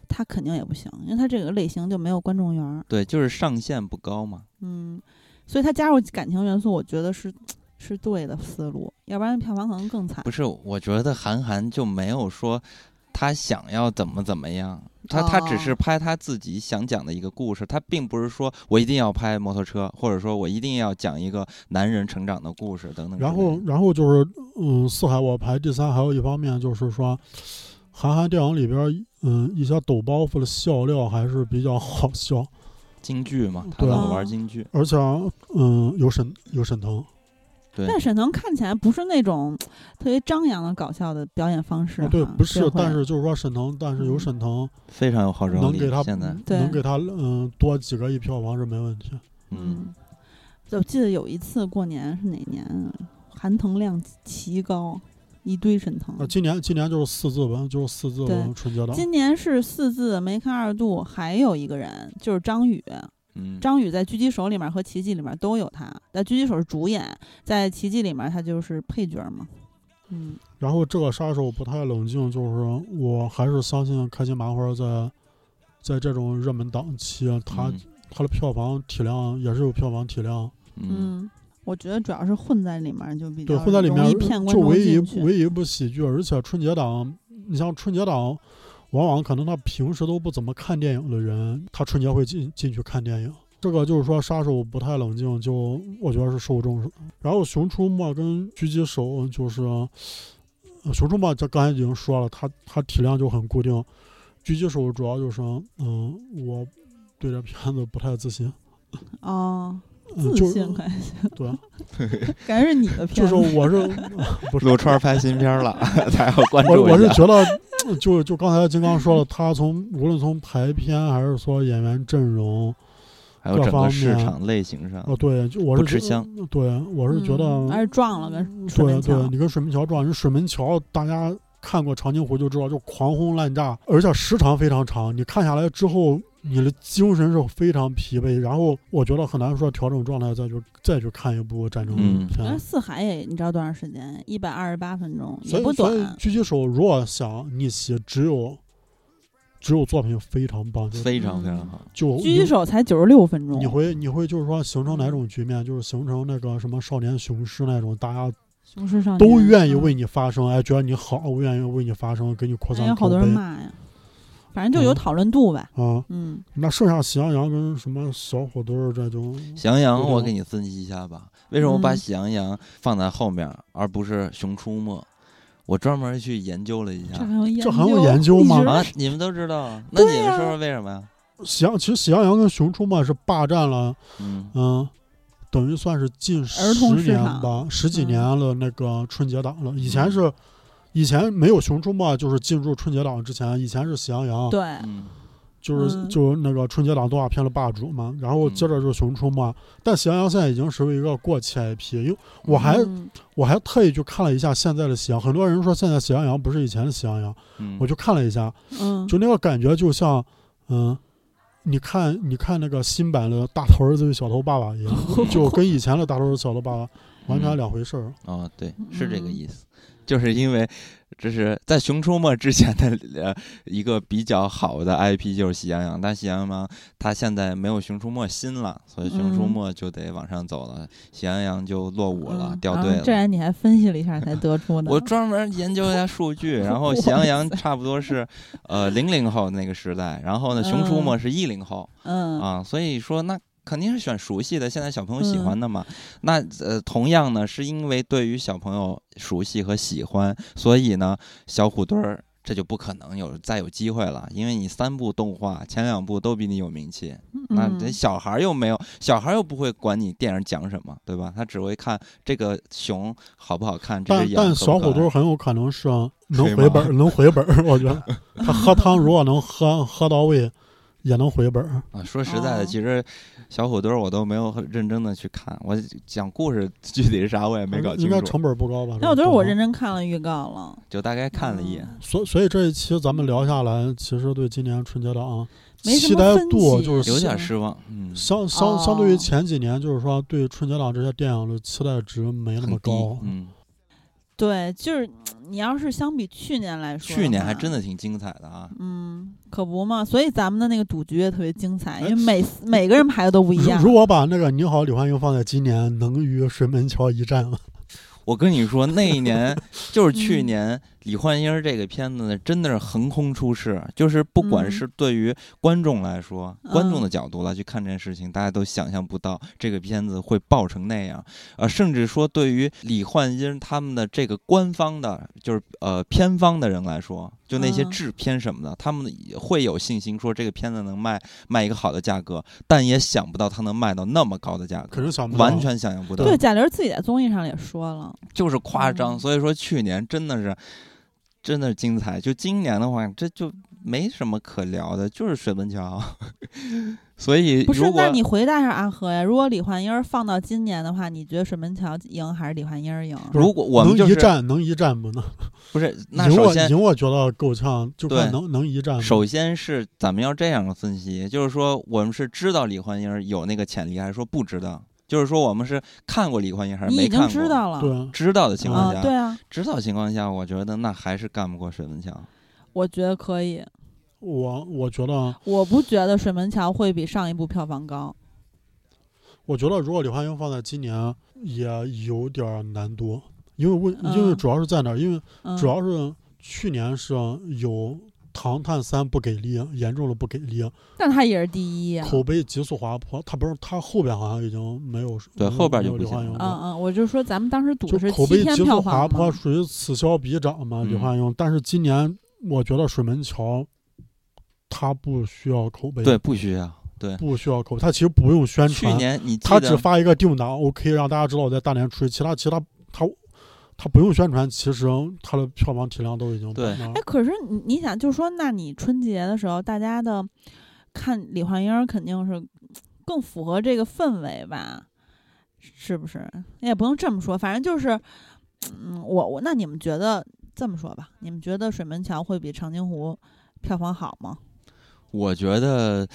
S3: 他肯定也不行，因为他这个类型就没有观众缘儿。
S2: 对，就是上限不高嘛。
S3: 嗯，所以他加入感情元素，我觉得是是对的思路，要不然票房可能更惨
S2: 不。是，我觉得韩寒就没有说他想要怎么怎么样。他他只是
S3: 哦
S2: 拍他自己想讲的一个故事，他并不是说我一定要拍摩托车，或者说我一定要讲一个男人成长的故事
S3: 嗯
S2: 等等之类的。
S4: 然后，然后就是，嗯，四海我排第三，还有一方面就是说，韩寒电影里边儿，嗯，一些抖包袱的笑料还是比较好笑，
S2: 京剧嘛，他
S4: 对
S2: 老玩
S3: 哦
S2: 京剧，
S4: 而且，嗯，有沈有沈腾，
S2: 对，
S3: 但沈腾看起来不是那种特别张扬的搞笑的表演方式哈、
S4: 啊对，不是
S3: 这，会嗯
S4: 但是就是说沈腾，但是有沈腾
S2: 非常有号召
S4: 能
S2: 力
S4: 给他。
S2: 现在，
S3: 对
S4: 能给他嗯多几个亿票房是没问题。
S2: 嗯，
S3: 嗯，我记得有一次过年是哪年啊？含腾量奇高，一堆沈腾。
S4: 啊，今年今年就是四字文，就是四字文
S3: 对
S4: 春节档。
S3: 今年是四字梅开二度，还有一个人就是张宇，
S2: 嗯，
S3: 张宇在《狙击手》里面和《奇迹》里面都有他，在《狙击手》是主演，在《奇迹》里面他就是配角嘛。嗯，
S4: 然后这个杀手不太冷静，就是我还是相信开心麻花在在这种热门档期，啊它
S2: 嗯
S4: 它的票房体量也是有票房体量。
S2: 嗯
S3: 嗯，我觉得主要是混在里面就比较
S4: 对，会在里
S3: 容
S4: 面
S3: 易骗观
S4: 就
S3: 众
S4: 唯一
S3: 进去
S4: 唯一一部喜剧，而且春节档，你像春节档，往往可能他平时都不怎么看电影的人，他春节会进进去看电影。这个就是说，杀手不太冷静，就我觉得是受众。然后《熊出没》跟《狙击手》就是，呃《熊出没》这刚才已经说了，它它体量就很固定，《狙击手》主要就是，嗯，我对这片子不太自信，
S3: 哦，
S4: 嗯，
S3: 自
S4: 就
S3: 信感觉
S4: 对，
S3: 感觉是你的片
S4: 就是
S3: 子，[laughs]
S4: 我是不是
S2: 陆川拍新片了， [laughs] 大家要关
S4: 我
S2: 注
S4: 我
S2: 一
S4: 是
S2: 下。
S4: 觉得，就就刚才金刚说了，他从无论从排片还是说演员阵容，
S2: 还有
S4: 各
S2: 整个
S4: 方
S2: 市
S4: 面
S2: 场类型上，
S4: 哦，对，就我
S2: 不
S4: 是
S2: 吃
S4: 觉
S2: 香。
S4: 对，我是觉
S3: 嗯还
S4: 得，
S3: 是撞了跟水
S4: 对
S3: 门
S4: 对，
S3: 桥。
S4: 你跟水门桥撞，人水门桥大家看过长津湖就知道，就狂轰滥炸，而且时长非常长，你看下来之后。你的精神是非常疲惫，然后我觉得很难说调整状态再去再去看一部战争
S2: 嗯
S4: 片。
S3: 但是四海也你知道多长时间？一百二十八分钟，
S4: 所
S3: 也
S4: 以，
S3: 不
S4: 所
S3: 短
S4: 以。狙击手如果想逆袭，只有只有作品非常棒，就
S2: 非常非常
S3: 嗯
S2: 好，
S4: 就
S3: 狙
S4: 你
S3: 击手才九十六分钟
S4: 你，会你会就是说形成哪种局面？就是形成那个什么少年雄狮那种，大家
S3: 雄狮少年
S4: 都愿意
S3: 嗯
S4: 为你发声，哎，觉得你好，我愿意为你发声，给你扩
S3: 哎有
S4: 散
S3: 好
S4: 口
S3: 多人
S4: 碑
S3: 骂呀，反正就有
S4: 嗯
S3: 讨论度吧。
S4: 啊。
S3: 嗯，
S4: 那剩下喜羊羊跟什么小火堆儿这种，
S2: 喜羊羊，
S4: 对
S2: 我
S4: 的
S2: 给你分析一下吧，为什么把
S3: 嗯
S2: 喜羊羊放在后面，而不是《熊出没》？我专门去研究了一下
S3: 这还有研
S4: 啊这还有研究吗
S3: 一直
S2: 啊，你们都知道啊，那
S3: 对
S2: 你们
S3: 呀
S2: 说说为什么呀？
S4: 喜羊其实喜羊羊跟熊出没是霸占了，
S2: 嗯，
S4: 嗯。等于算是近十
S3: 儿童市
S4: 年
S3: 场
S4: 吧，十几
S3: 嗯
S4: 年了那个春节档了。以前
S2: 嗯
S4: 是，以前没有《熊出没》，就是进入春节档之前，以前是《喜羊羊》，
S3: 对，
S2: 嗯，
S4: 就是、
S3: 嗯
S4: 就是那个春节档动画片的霸主嘛，然后接着就是《熊出没》但《喜羊羊》现在已经是一个过气 IP，因为我还、
S3: 嗯
S4: 我还特意去看了一下现在的喜羊，很多人说现在喜羊羊不是以前的喜羊羊，
S2: 嗯
S4: 我就看了一下，
S3: 嗯，
S4: 就那个感觉就像，嗯，你看你看那个新版的《大头儿子与小头爸爸》一
S3: [laughs]
S4: 样， [laughs]
S2: [laughs]
S4: 就跟以前的《大头儿子小头爸爸》完全两回事儿。
S2: 哦，对，是这个
S3: 嗯
S2: 意思，就是因为这是在《熊出没》之前的呃一个比较好的 IP 就是《喜羊羊》，但《喜羊羊》它现在没有《熊出没》新了，所以《熊出
S3: 嗯
S2: 没》就得往上走了，喜羊羊》就落伍了，
S3: 嗯
S2: 掉
S3: 啊
S2: 队
S3: 这
S2: 了。
S3: 然你还分析了一下才得出的。
S2: [laughs] 我专门研究一下数据，然
S3: [laughs]
S2: 后《喜羊羊》差不多是呃零零后那个时代，然后呢，《熊出没》是一零后，
S3: 嗯
S2: 啊，所以说那肯定是选熟悉的，现在小朋友喜
S3: 嗯
S2: 欢的嘛。那呃，同样呢，是因为对于小朋友熟悉和喜欢，所以呢，小虎墩儿这就不可能有再有机会了，因为你三部动画前两部都比你有名气，那这
S3: 嗯
S2: 小孩儿又没有，小孩儿又不会管你电影讲什么，对吧？他只会看这个熊好不好看，这
S4: 但
S2: 只羊
S4: 但
S2: 可不
S4: 小
S2: 可
S4: 虎墩
S2: 爱
S4: 儿很有可
S2: [laughs]
S4: 能是
S2: 黑
S4: 能回
S2: 马
S4: 本儿，能回本儿。我
S2: [laughs]
S4: 觉得他喝汤如果能喝喝到位，也能回本儿。
S2: 啊，说实在的，
S3: 哦
S2: 其实小虎墩儿我都没有很认真的去看，我讲故事具体是啥我也没搞
S4: 嗯应
S2: 清
S4: 该
S2: 楚，
S4: 成本不高吧？
S3: 那我觉得我
S4: 这
S3: 认
S4: [laughs] 个
S3: 真看了预告了，
S2: 就大概看了一眼。
S3: 嗯。
S4: 所所以这一期咱们聊下来，其实对今年春节档
S3: 没什
S4: 期
S3: 么
S4: 待
S3: 分
S4: 度
S3: 歧
S4: 就是
S2: 有点
S4: 相
S2: 失望，嗯，
S4: 相相相对于
S3: 哦
S4: 前几年，就是说对春节档这些电影的期待值没那么
S2: 很低
S4: 高。
S2: 嗯，
S3: 对，就是你要是相比去年来说，
S2: 去年还真。的挺精彩的啊，
S3: 嗯，可不嘛，所以咱们的那个赌局也特别精彩，因
S4: 哎
S3: 为每每个人排的都不一
S4: 如
S3: 样。
S4: 如果把那个《你好，李焕英》放在今年，能与水门桥一战吗？
S3: [laughs] 嗯
S2: 我跟你说，那一年就是去年李焕英这个片子呢，真的是横空出世，就是不管
S3: 嗯
S2: 是对于观众来说，观众
S3: 嗯
S2: 的角度来去看这件事情，大家都想象不到这个片子会爆成那样，呃，甚至说对于李焕英他们的这个官方的，就是呃片方的人来说，就那些
S3: 嗯
S2: 制片什么的，他们也会有信心说这个片子能卖卖一个好的价格，但也想不到它能卖到那么高的价格
S4: 肯。定想不到，
S2: 完全想象不到，
S3: 对，贾玲自己在综艺上也说了，
S2: 就是夸张，
S3: 嗯
S2: 所以说去年真的是，真的是精彩。就今年的话，这就没什么可聊的，就是水门桥。 [laughs] 所以
S3: 不是
S2: 如？果
S3: 那你回答一下阿和呀，如果李焕英放到今年的话，你觉得水门桥赢还是李焕英赢？
S2: 如果我们
S4: 能
S2: 就
S4: 一
S2: 是
S4: 战能一战不能？
S2: 不是那
S4: 赢
S2: 首
S4: 我
S2: 先
S4: 赢我觉得够呛，就
S2: 对
S4: 看能能一战吗。
S2: 首先是咱们要这样分析，就是说我们是知道李焕英有那个潜力，还是说不知道？就是说我们是看过李焕英还是
S3: 你
S2: 没
S3: 已
S2: 看过？
S3: 经知道了，
S4: 对啊，
S2: 知道的情况
S3: 啊、
S2: 下，
S3: 对啊，
S2: 知道情况下，我觉得那还是干不过水门桥。
S3: 我觉得可以，
S4: 我我觉得，
S3: 我不觉得水门桥会比上一部票房高。
S4: 我觉得如果李焕英放在今年也有点儿难度，因为问，因为
S3: 嗯
S4: 主要是在哪儿？因为
S3: 嗯，
S4: 主要是去年是有《唐探三》不给力，严重的不给力，
S3: 但他也是第一呀、
S4: 口碑急速滑坡。它不是，它后边好像已经没有
S2: 对
S4: 没有
S2: 后边就不
S4: 没有李
S2: 行
S4: 焕英
S2: 了
S4: 了。
S3: 嗯嗯，我就说咱们当时赌
S4: 就
S3: 的是
S4: 口
S3: 七
S4: 碑
S3: 天
S4: 急
S3: 票
S4: 速滑
S3: 房嘛
S4: 坡，属于此消彼长嘛，李
S2: 嗯
S4: 焕英。但是今年我觉得水门桥，它不需要口碑，
S2: 对，，不需要。对，
S4: 不需要口碑，它其实不用宣
S2: 去
S4: 传，
S2: 年你记
S4: 他
S2: 得
S4: 只发一个定档 OK，让大家知道我在大连出去，其他其他他他不用宣传，其实他的票房体量都已经
S2: 对
S4: 摆那儿
S3: 哎，可是你你想，就说那你春节的时候，大家的看李焕英儿肯定是更符合这个氛围吧？是不是？也不用这么说，反正就是，嗯，我我那你们觉得这么说吧？你们觉得水门桥会比长津湖票房好吗？
S2: 我觉得，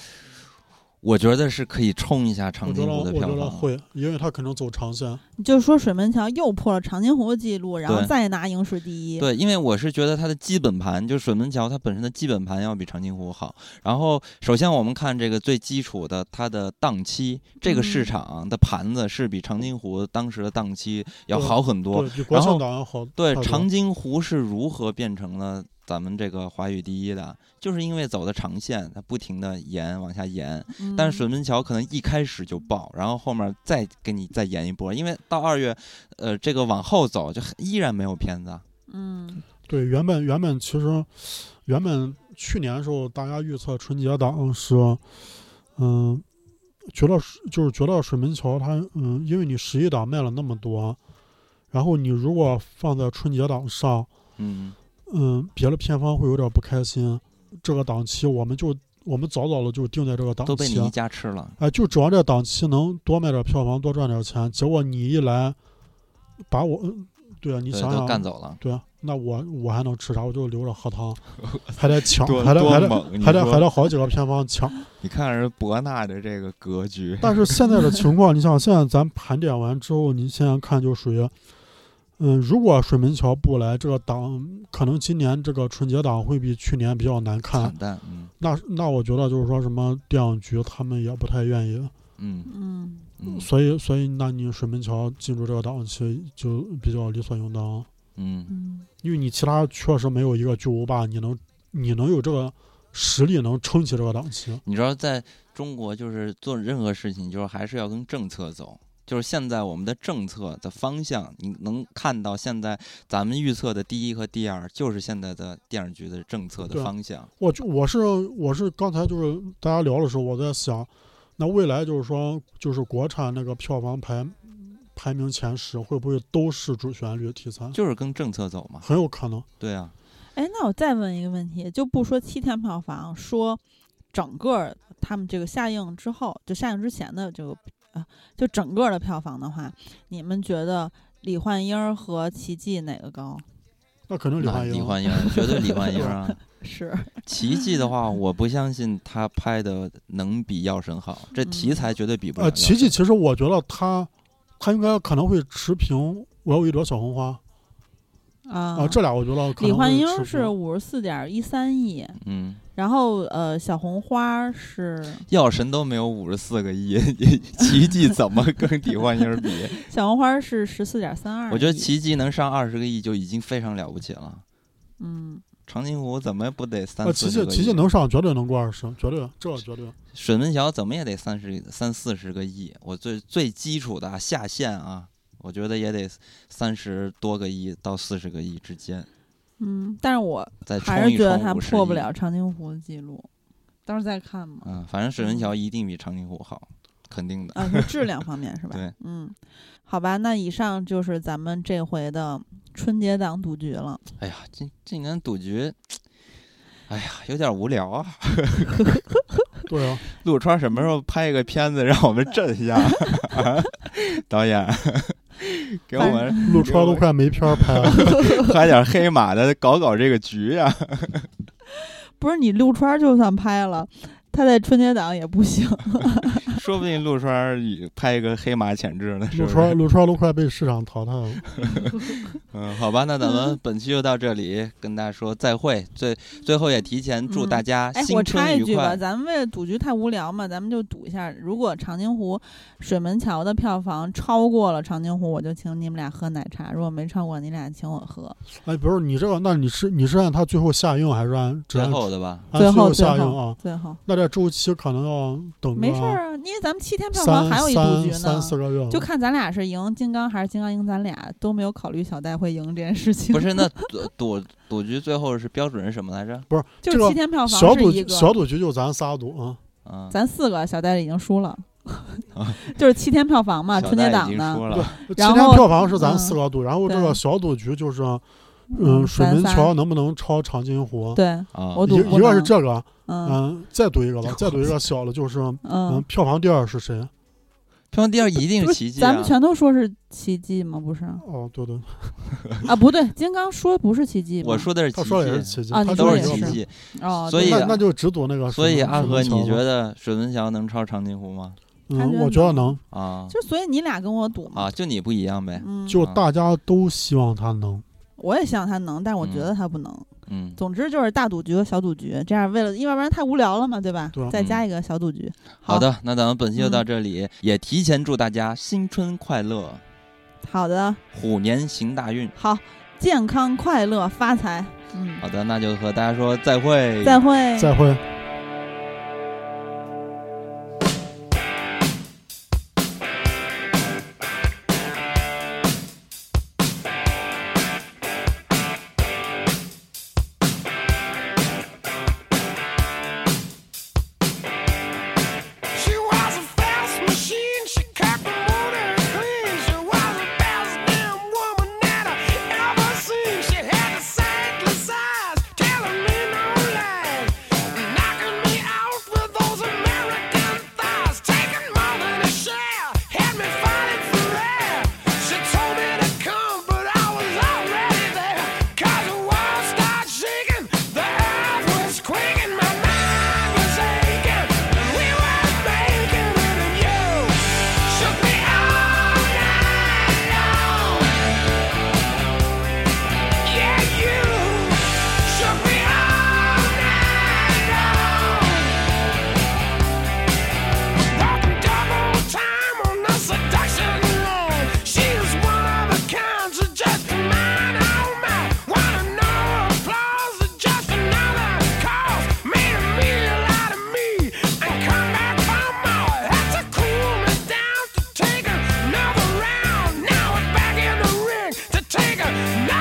S2: 我觉得是可以冲一下
S4: 我
S2: 长
S4: 觉
S2: 津
S4: 得
S2: 湖的
S4: 我
S2: 票
S4: 觉得
S2: 房。
S4: 会，因为他可能走长线，
S3: 你就说水门桥又破了长津湖的记录，然后
S2: 对
S3: 再拿影史第一。
S2: 对，因为我是觉得它的基本盘，就是水门桥它本身的基本盘要比长津湖好。然后，首先我们看这个最基础的它的档期，这个市
S3: 嗯
S2: 场的盘子是比长津湖当时的档期要
S4: 对
S2: 好很多
S4: 对。比国
S2: 然后
S4: 庆档要好。
S2: 对，
S4: 太多
S2: 长津湖是如何变成了咱们这个华语第一的？就是因为走的长线，它不停的延往下延，
S3: 嗯，
S2: 但是水门桥可能一开始就爆，然后后面再给你再延一波，因为到二月，呃，这个往后走就很依然没有片子啊。
S3: 嗯
S4: 对原本原本其实原本去年的时候，大家预测春节档是嗯。觉得是就是觉得水门桥它嗯，因为你十一档卖了那么多，然后你如果放在春节档上，
S2: 嗯，
S4: 嗯，别的片方会有点不开心。这个档期我们就我们早早的就定在这个档
S2: 都被
S4: 期，
S2: 你一家吃了。
S4: 哎，就指望这档期能多卖点票房，多赚点钱。结果你一来，把我，嗯对啊，你
S2: 对，
S4: 想
S2: 都干
S4: 想，
S2: 走了，
S4: 对啊，那我我还能吃啥？我就留着喝
S2: [laughs]
S4: 汤，还得抢，
S2: 多
S4: 还得
S2: 多
S4: 还得
S2: 猛！你
S4: 还得
S2: 说
S4: 还得好几个片方抢。
S2: 你看人博纳的这个格局，
S4: 但是现在的情况，你想，现在咱盘点完之后，你想想看，就属于，嗯，如果水门桥不来，这个档可能今年这个春节档会比去年比较难看
S2: 惨。淡。嗯
S4: 那那我觉得就是说什么电影局他们也不太愿意，
S2: 嗯
S3: 嗯。
S2: 嗯
S4: 所以所以那你水门桥进入这个档期就比较理所应当，
S2: [laughs] 嗯，
S3: 嗯
S4: 因为你其他确实没有一个巨无霸，你能你能有这个实力能撑起这个档期。
S2: 你知道在中国就是做任何事情，就是还是要跟政策走。就是现在我们的政策的方向，你能看到现在咱们预测的第一和第二，就是现在的电视剧的政策的
S4: 对啊
S2: 方向。
S4: 我就我是我是刚才就是大家聊的时候，我在想，那未来就是说就是国产那个票房排排名前十会不会都是主旋律题材？
S2: 就是跟政策走嘛。
S4: 很有可能。
S2: 对啊，
S3: 哎，那我再问一个问题，就不说七天票房，说整个儿他们这个下映之后，就下映之前的这个啊，就整个儿的票房的话，你们觉得李焕英儿和奇迹哪个高？
S4: 那肯定李
S2: 那
S4: 焕英
S2: 李
S4: 啊，
S2: 焕英绝对李焕英
S4: [laughs]
S2: 啊！
S3: 是，
S2: 奇迹的话，我不相信他拍的能比《药神》好，这
S3: 嗯
S2: 题材绝对比不了
S4: 呃，
S2: 药神。
S4: 奇迹其实我觉得他他应该可能会持平。我有一朵小红花
S3: 啊、
S4: 啊、这俩我觉得可
S3: 李
S4: 能会
S3: 焕英
S4: 持平
S3: 是五十四点一三亿，
S2: 嗯，
S3: 然后呃，小红花是
S2: 药神都没有五十四个亿， [laughs] 奇迹怎么跟李焕英比？
S3: 小红花是十四点三二，
S2: 我觉得奇迹能上二十个亿就已经非常了不起了。
S3: 嗯，
S2: 长津湖怎么不得
S4: 那
S2: 三
S4: 琪
S2: 四
S4: 琪
S2: 十个亿？
S4: 琪琪能上，绝对能过二十，绝对这绝对。
S2: 水门桥怎么也得三十三四十个亿，我最最基础的啊下限啊，我觉得也得三十多个亿到四十个亿之间，
S3: 嗯，但是我
S2: 再
S3: 还
S2: 冲
S3: 是
S2: 一
S3: 觉得
S2: 冲
S3: 他
S2: 50
S3: 破不
S2: 亿
S3: 了长津湖的记录，到时候再看嘛。
S2: 嗯，反正水门桥一定比长津湖好，肯定的。
S3: 啊，是质量方面是吧？
S2: 对，
S3: 嗯，好吧，那以上就是咱们这回的春节档赌局了。
S2: 哎呀，这这年赌局，哎呀，有点无聊啊。
S4: 对啊，
S2: 陆川什么时候拍一个片子让我们震
S3: [laughs]
S2: 一下？ [laughs] 啊导演，给我们
S4: 陆川都快没片儿拍了。
S2: 拍点黑马的，搞搞这个局啊呀、
S3: 不是你溜川儿就算拍了，他在春节档也不行。
S2: 说不定陆川也拍一个黑马潜质呢。是
S4: 陆
S2: 不是
S4: 川，陆川都快被市场淘汰了。
S2: 嗯，好吧，那咱们本期就到这里，跟大家说再会。最最后也提前祝大家
S3: 哎，
S2: 新
S3: 我插
S2: 春
S3: 一
S2: 愉
S3: 句吧，
S2: 快。
S3: 咱们为了赌局太无聊嘛，咱们就赌一下，如果长津湖、水门桥的票房超过了长津湖，我就请你们俩喝奶茶；如果没超过，你俩请我喝。
S4: 哎，不是你这个，那你是你是按它最后下映还是按只
S2: 最
S4: 按
S2: 后的吧，
S3: 最
S4: 按最
S3: 后
S4: 后下
S3: 最
S4: 映
S3: 后
S4: 啊？
S3: 最后
S4: 那这周期可能要等个
S3: 没事儿啊，因为咱们七天票
S4: 三
S3: 房还有一赌局
S4: 三
S3: 呢
S4: 三。四个月了，
S3: 就看咱俩是赢金刚还是金刚赢咱俩，都没有考虑小戴会赢这件事情。
S2: 不是那赌赌赌局最后是标准是什么来着？
S3: 就
S4: 这个
S3: 七天票
S4: 小
S3: 房是
S4: 赌
S3: 一
S4: 局
S3: 个，
S4: 小赌局就咱仨赌啊，
S2: 嗯，
S3: 咱四个小戴已经
S2: [laughs]
S3: 输了，就是七天票房嘛，
S2: 啊小
S3: 啊春节
S2: 戴已
S3: 档
S2: 经
S3: 呢，
S2: 说了，
S4: 今
S3: 然
S4: 天
S3: 后
S4: 票房是咱
S3: 嗯
S4: 四个赌，然后这
S3: 对
S4: 个小赌局就是，嗯，水
S3: 咱
S4: 门
S3: 仨
S4: 桥能不能超长津湖？
S3: 对，
S2: 啊，
S3: 我
S4: 一
S3: 赌
S4: 一
S3: 不
S4: 个是
S3: 能
S4: 这个，
S3: 嗯
S4: 嗯，再赌一个吧，再赌一个小的，就是，嗯
S3: 嗯，，
S4: 票房第二是谁？
S2: 票房第二一定
S3: 不
S2: 是
S3: 是
S2: 奇迹、啊，
S3: 咱们全都说是奇迹吗？不是
S4: 哦，
S2: [laughs]
S4: 对对，
S3: 啊，不对，金刚说不是奇迹吗，
S2: 我说的是
S4: 他
S2: 奇
S4: 说的也是
S2: 迹，
S4: 奇迹，
S3: 啊
S4: 他
S3: 你
S2: 都
S3: 说
S4: 说
S2: 是
S3: 的也
S2: 奇
S3: 是
S2: 迹。
S3: 哦，
S2: 所以
S3: 对
S4: 那
S2: 啊
S4: 那就只赌那个水
S2: 所
S4: 门。
S2: 以阿和，
S4: 水门
S2: 你觉
S4: 桥吧？
S2: 得水门桥能超长津湖吗？
S3: 他觉
S4: 嗯，
S3: 得
S4: 我觉得
S3: 能
S4: 能，
S2: 啊
S3: 就所以你俩跟我赌嘛，
S2: 啊，就你不一样呗。
S3: 嗯，
S4: 就
S2: 啊
S4: 大家都希望他能。
S3: 我也希望他能，但是我觉
S2: 嗯
S3: 得他不能。
S2: 嗯，
S3: 总之就是大赌局和小赌局，这样为了，要不然太无聊了嘛，对吧？
S4: 对啊
S2: 嗯
S3: 再加一个小赌局。
S2: 好
S3: 好，
S2: 的，那咱们本期就到这里，也提前祝大家新春快乐，
S3: 好的，
S2: 虎年行大运。
S3: 好，健康快乐发财。嗯，
S2: 好的，那就和大家说再会，
S3: 再会。
S4: 再会。
S1: She was a fast machine. She kept the motor clean. She was the best damn woman that I ever seen. She had the sightless eyes, telling me no lies, knocking me out with those American thighs, taking more than a share, had me fighting for air. She told me to come, but I was already there. 'Cause the world started shaking, the earth was quaking, my mind was aching, and we were making it. And you shook me all night long. Yeah, you shook me all night long. Working double time on the seduction line. She's one of a kind, so just mine, oh my. Wanna know applause or just another cause? Made a meal out of me and come back for more. Had to cool me down to take another round. Now I'm back in the ring to take another.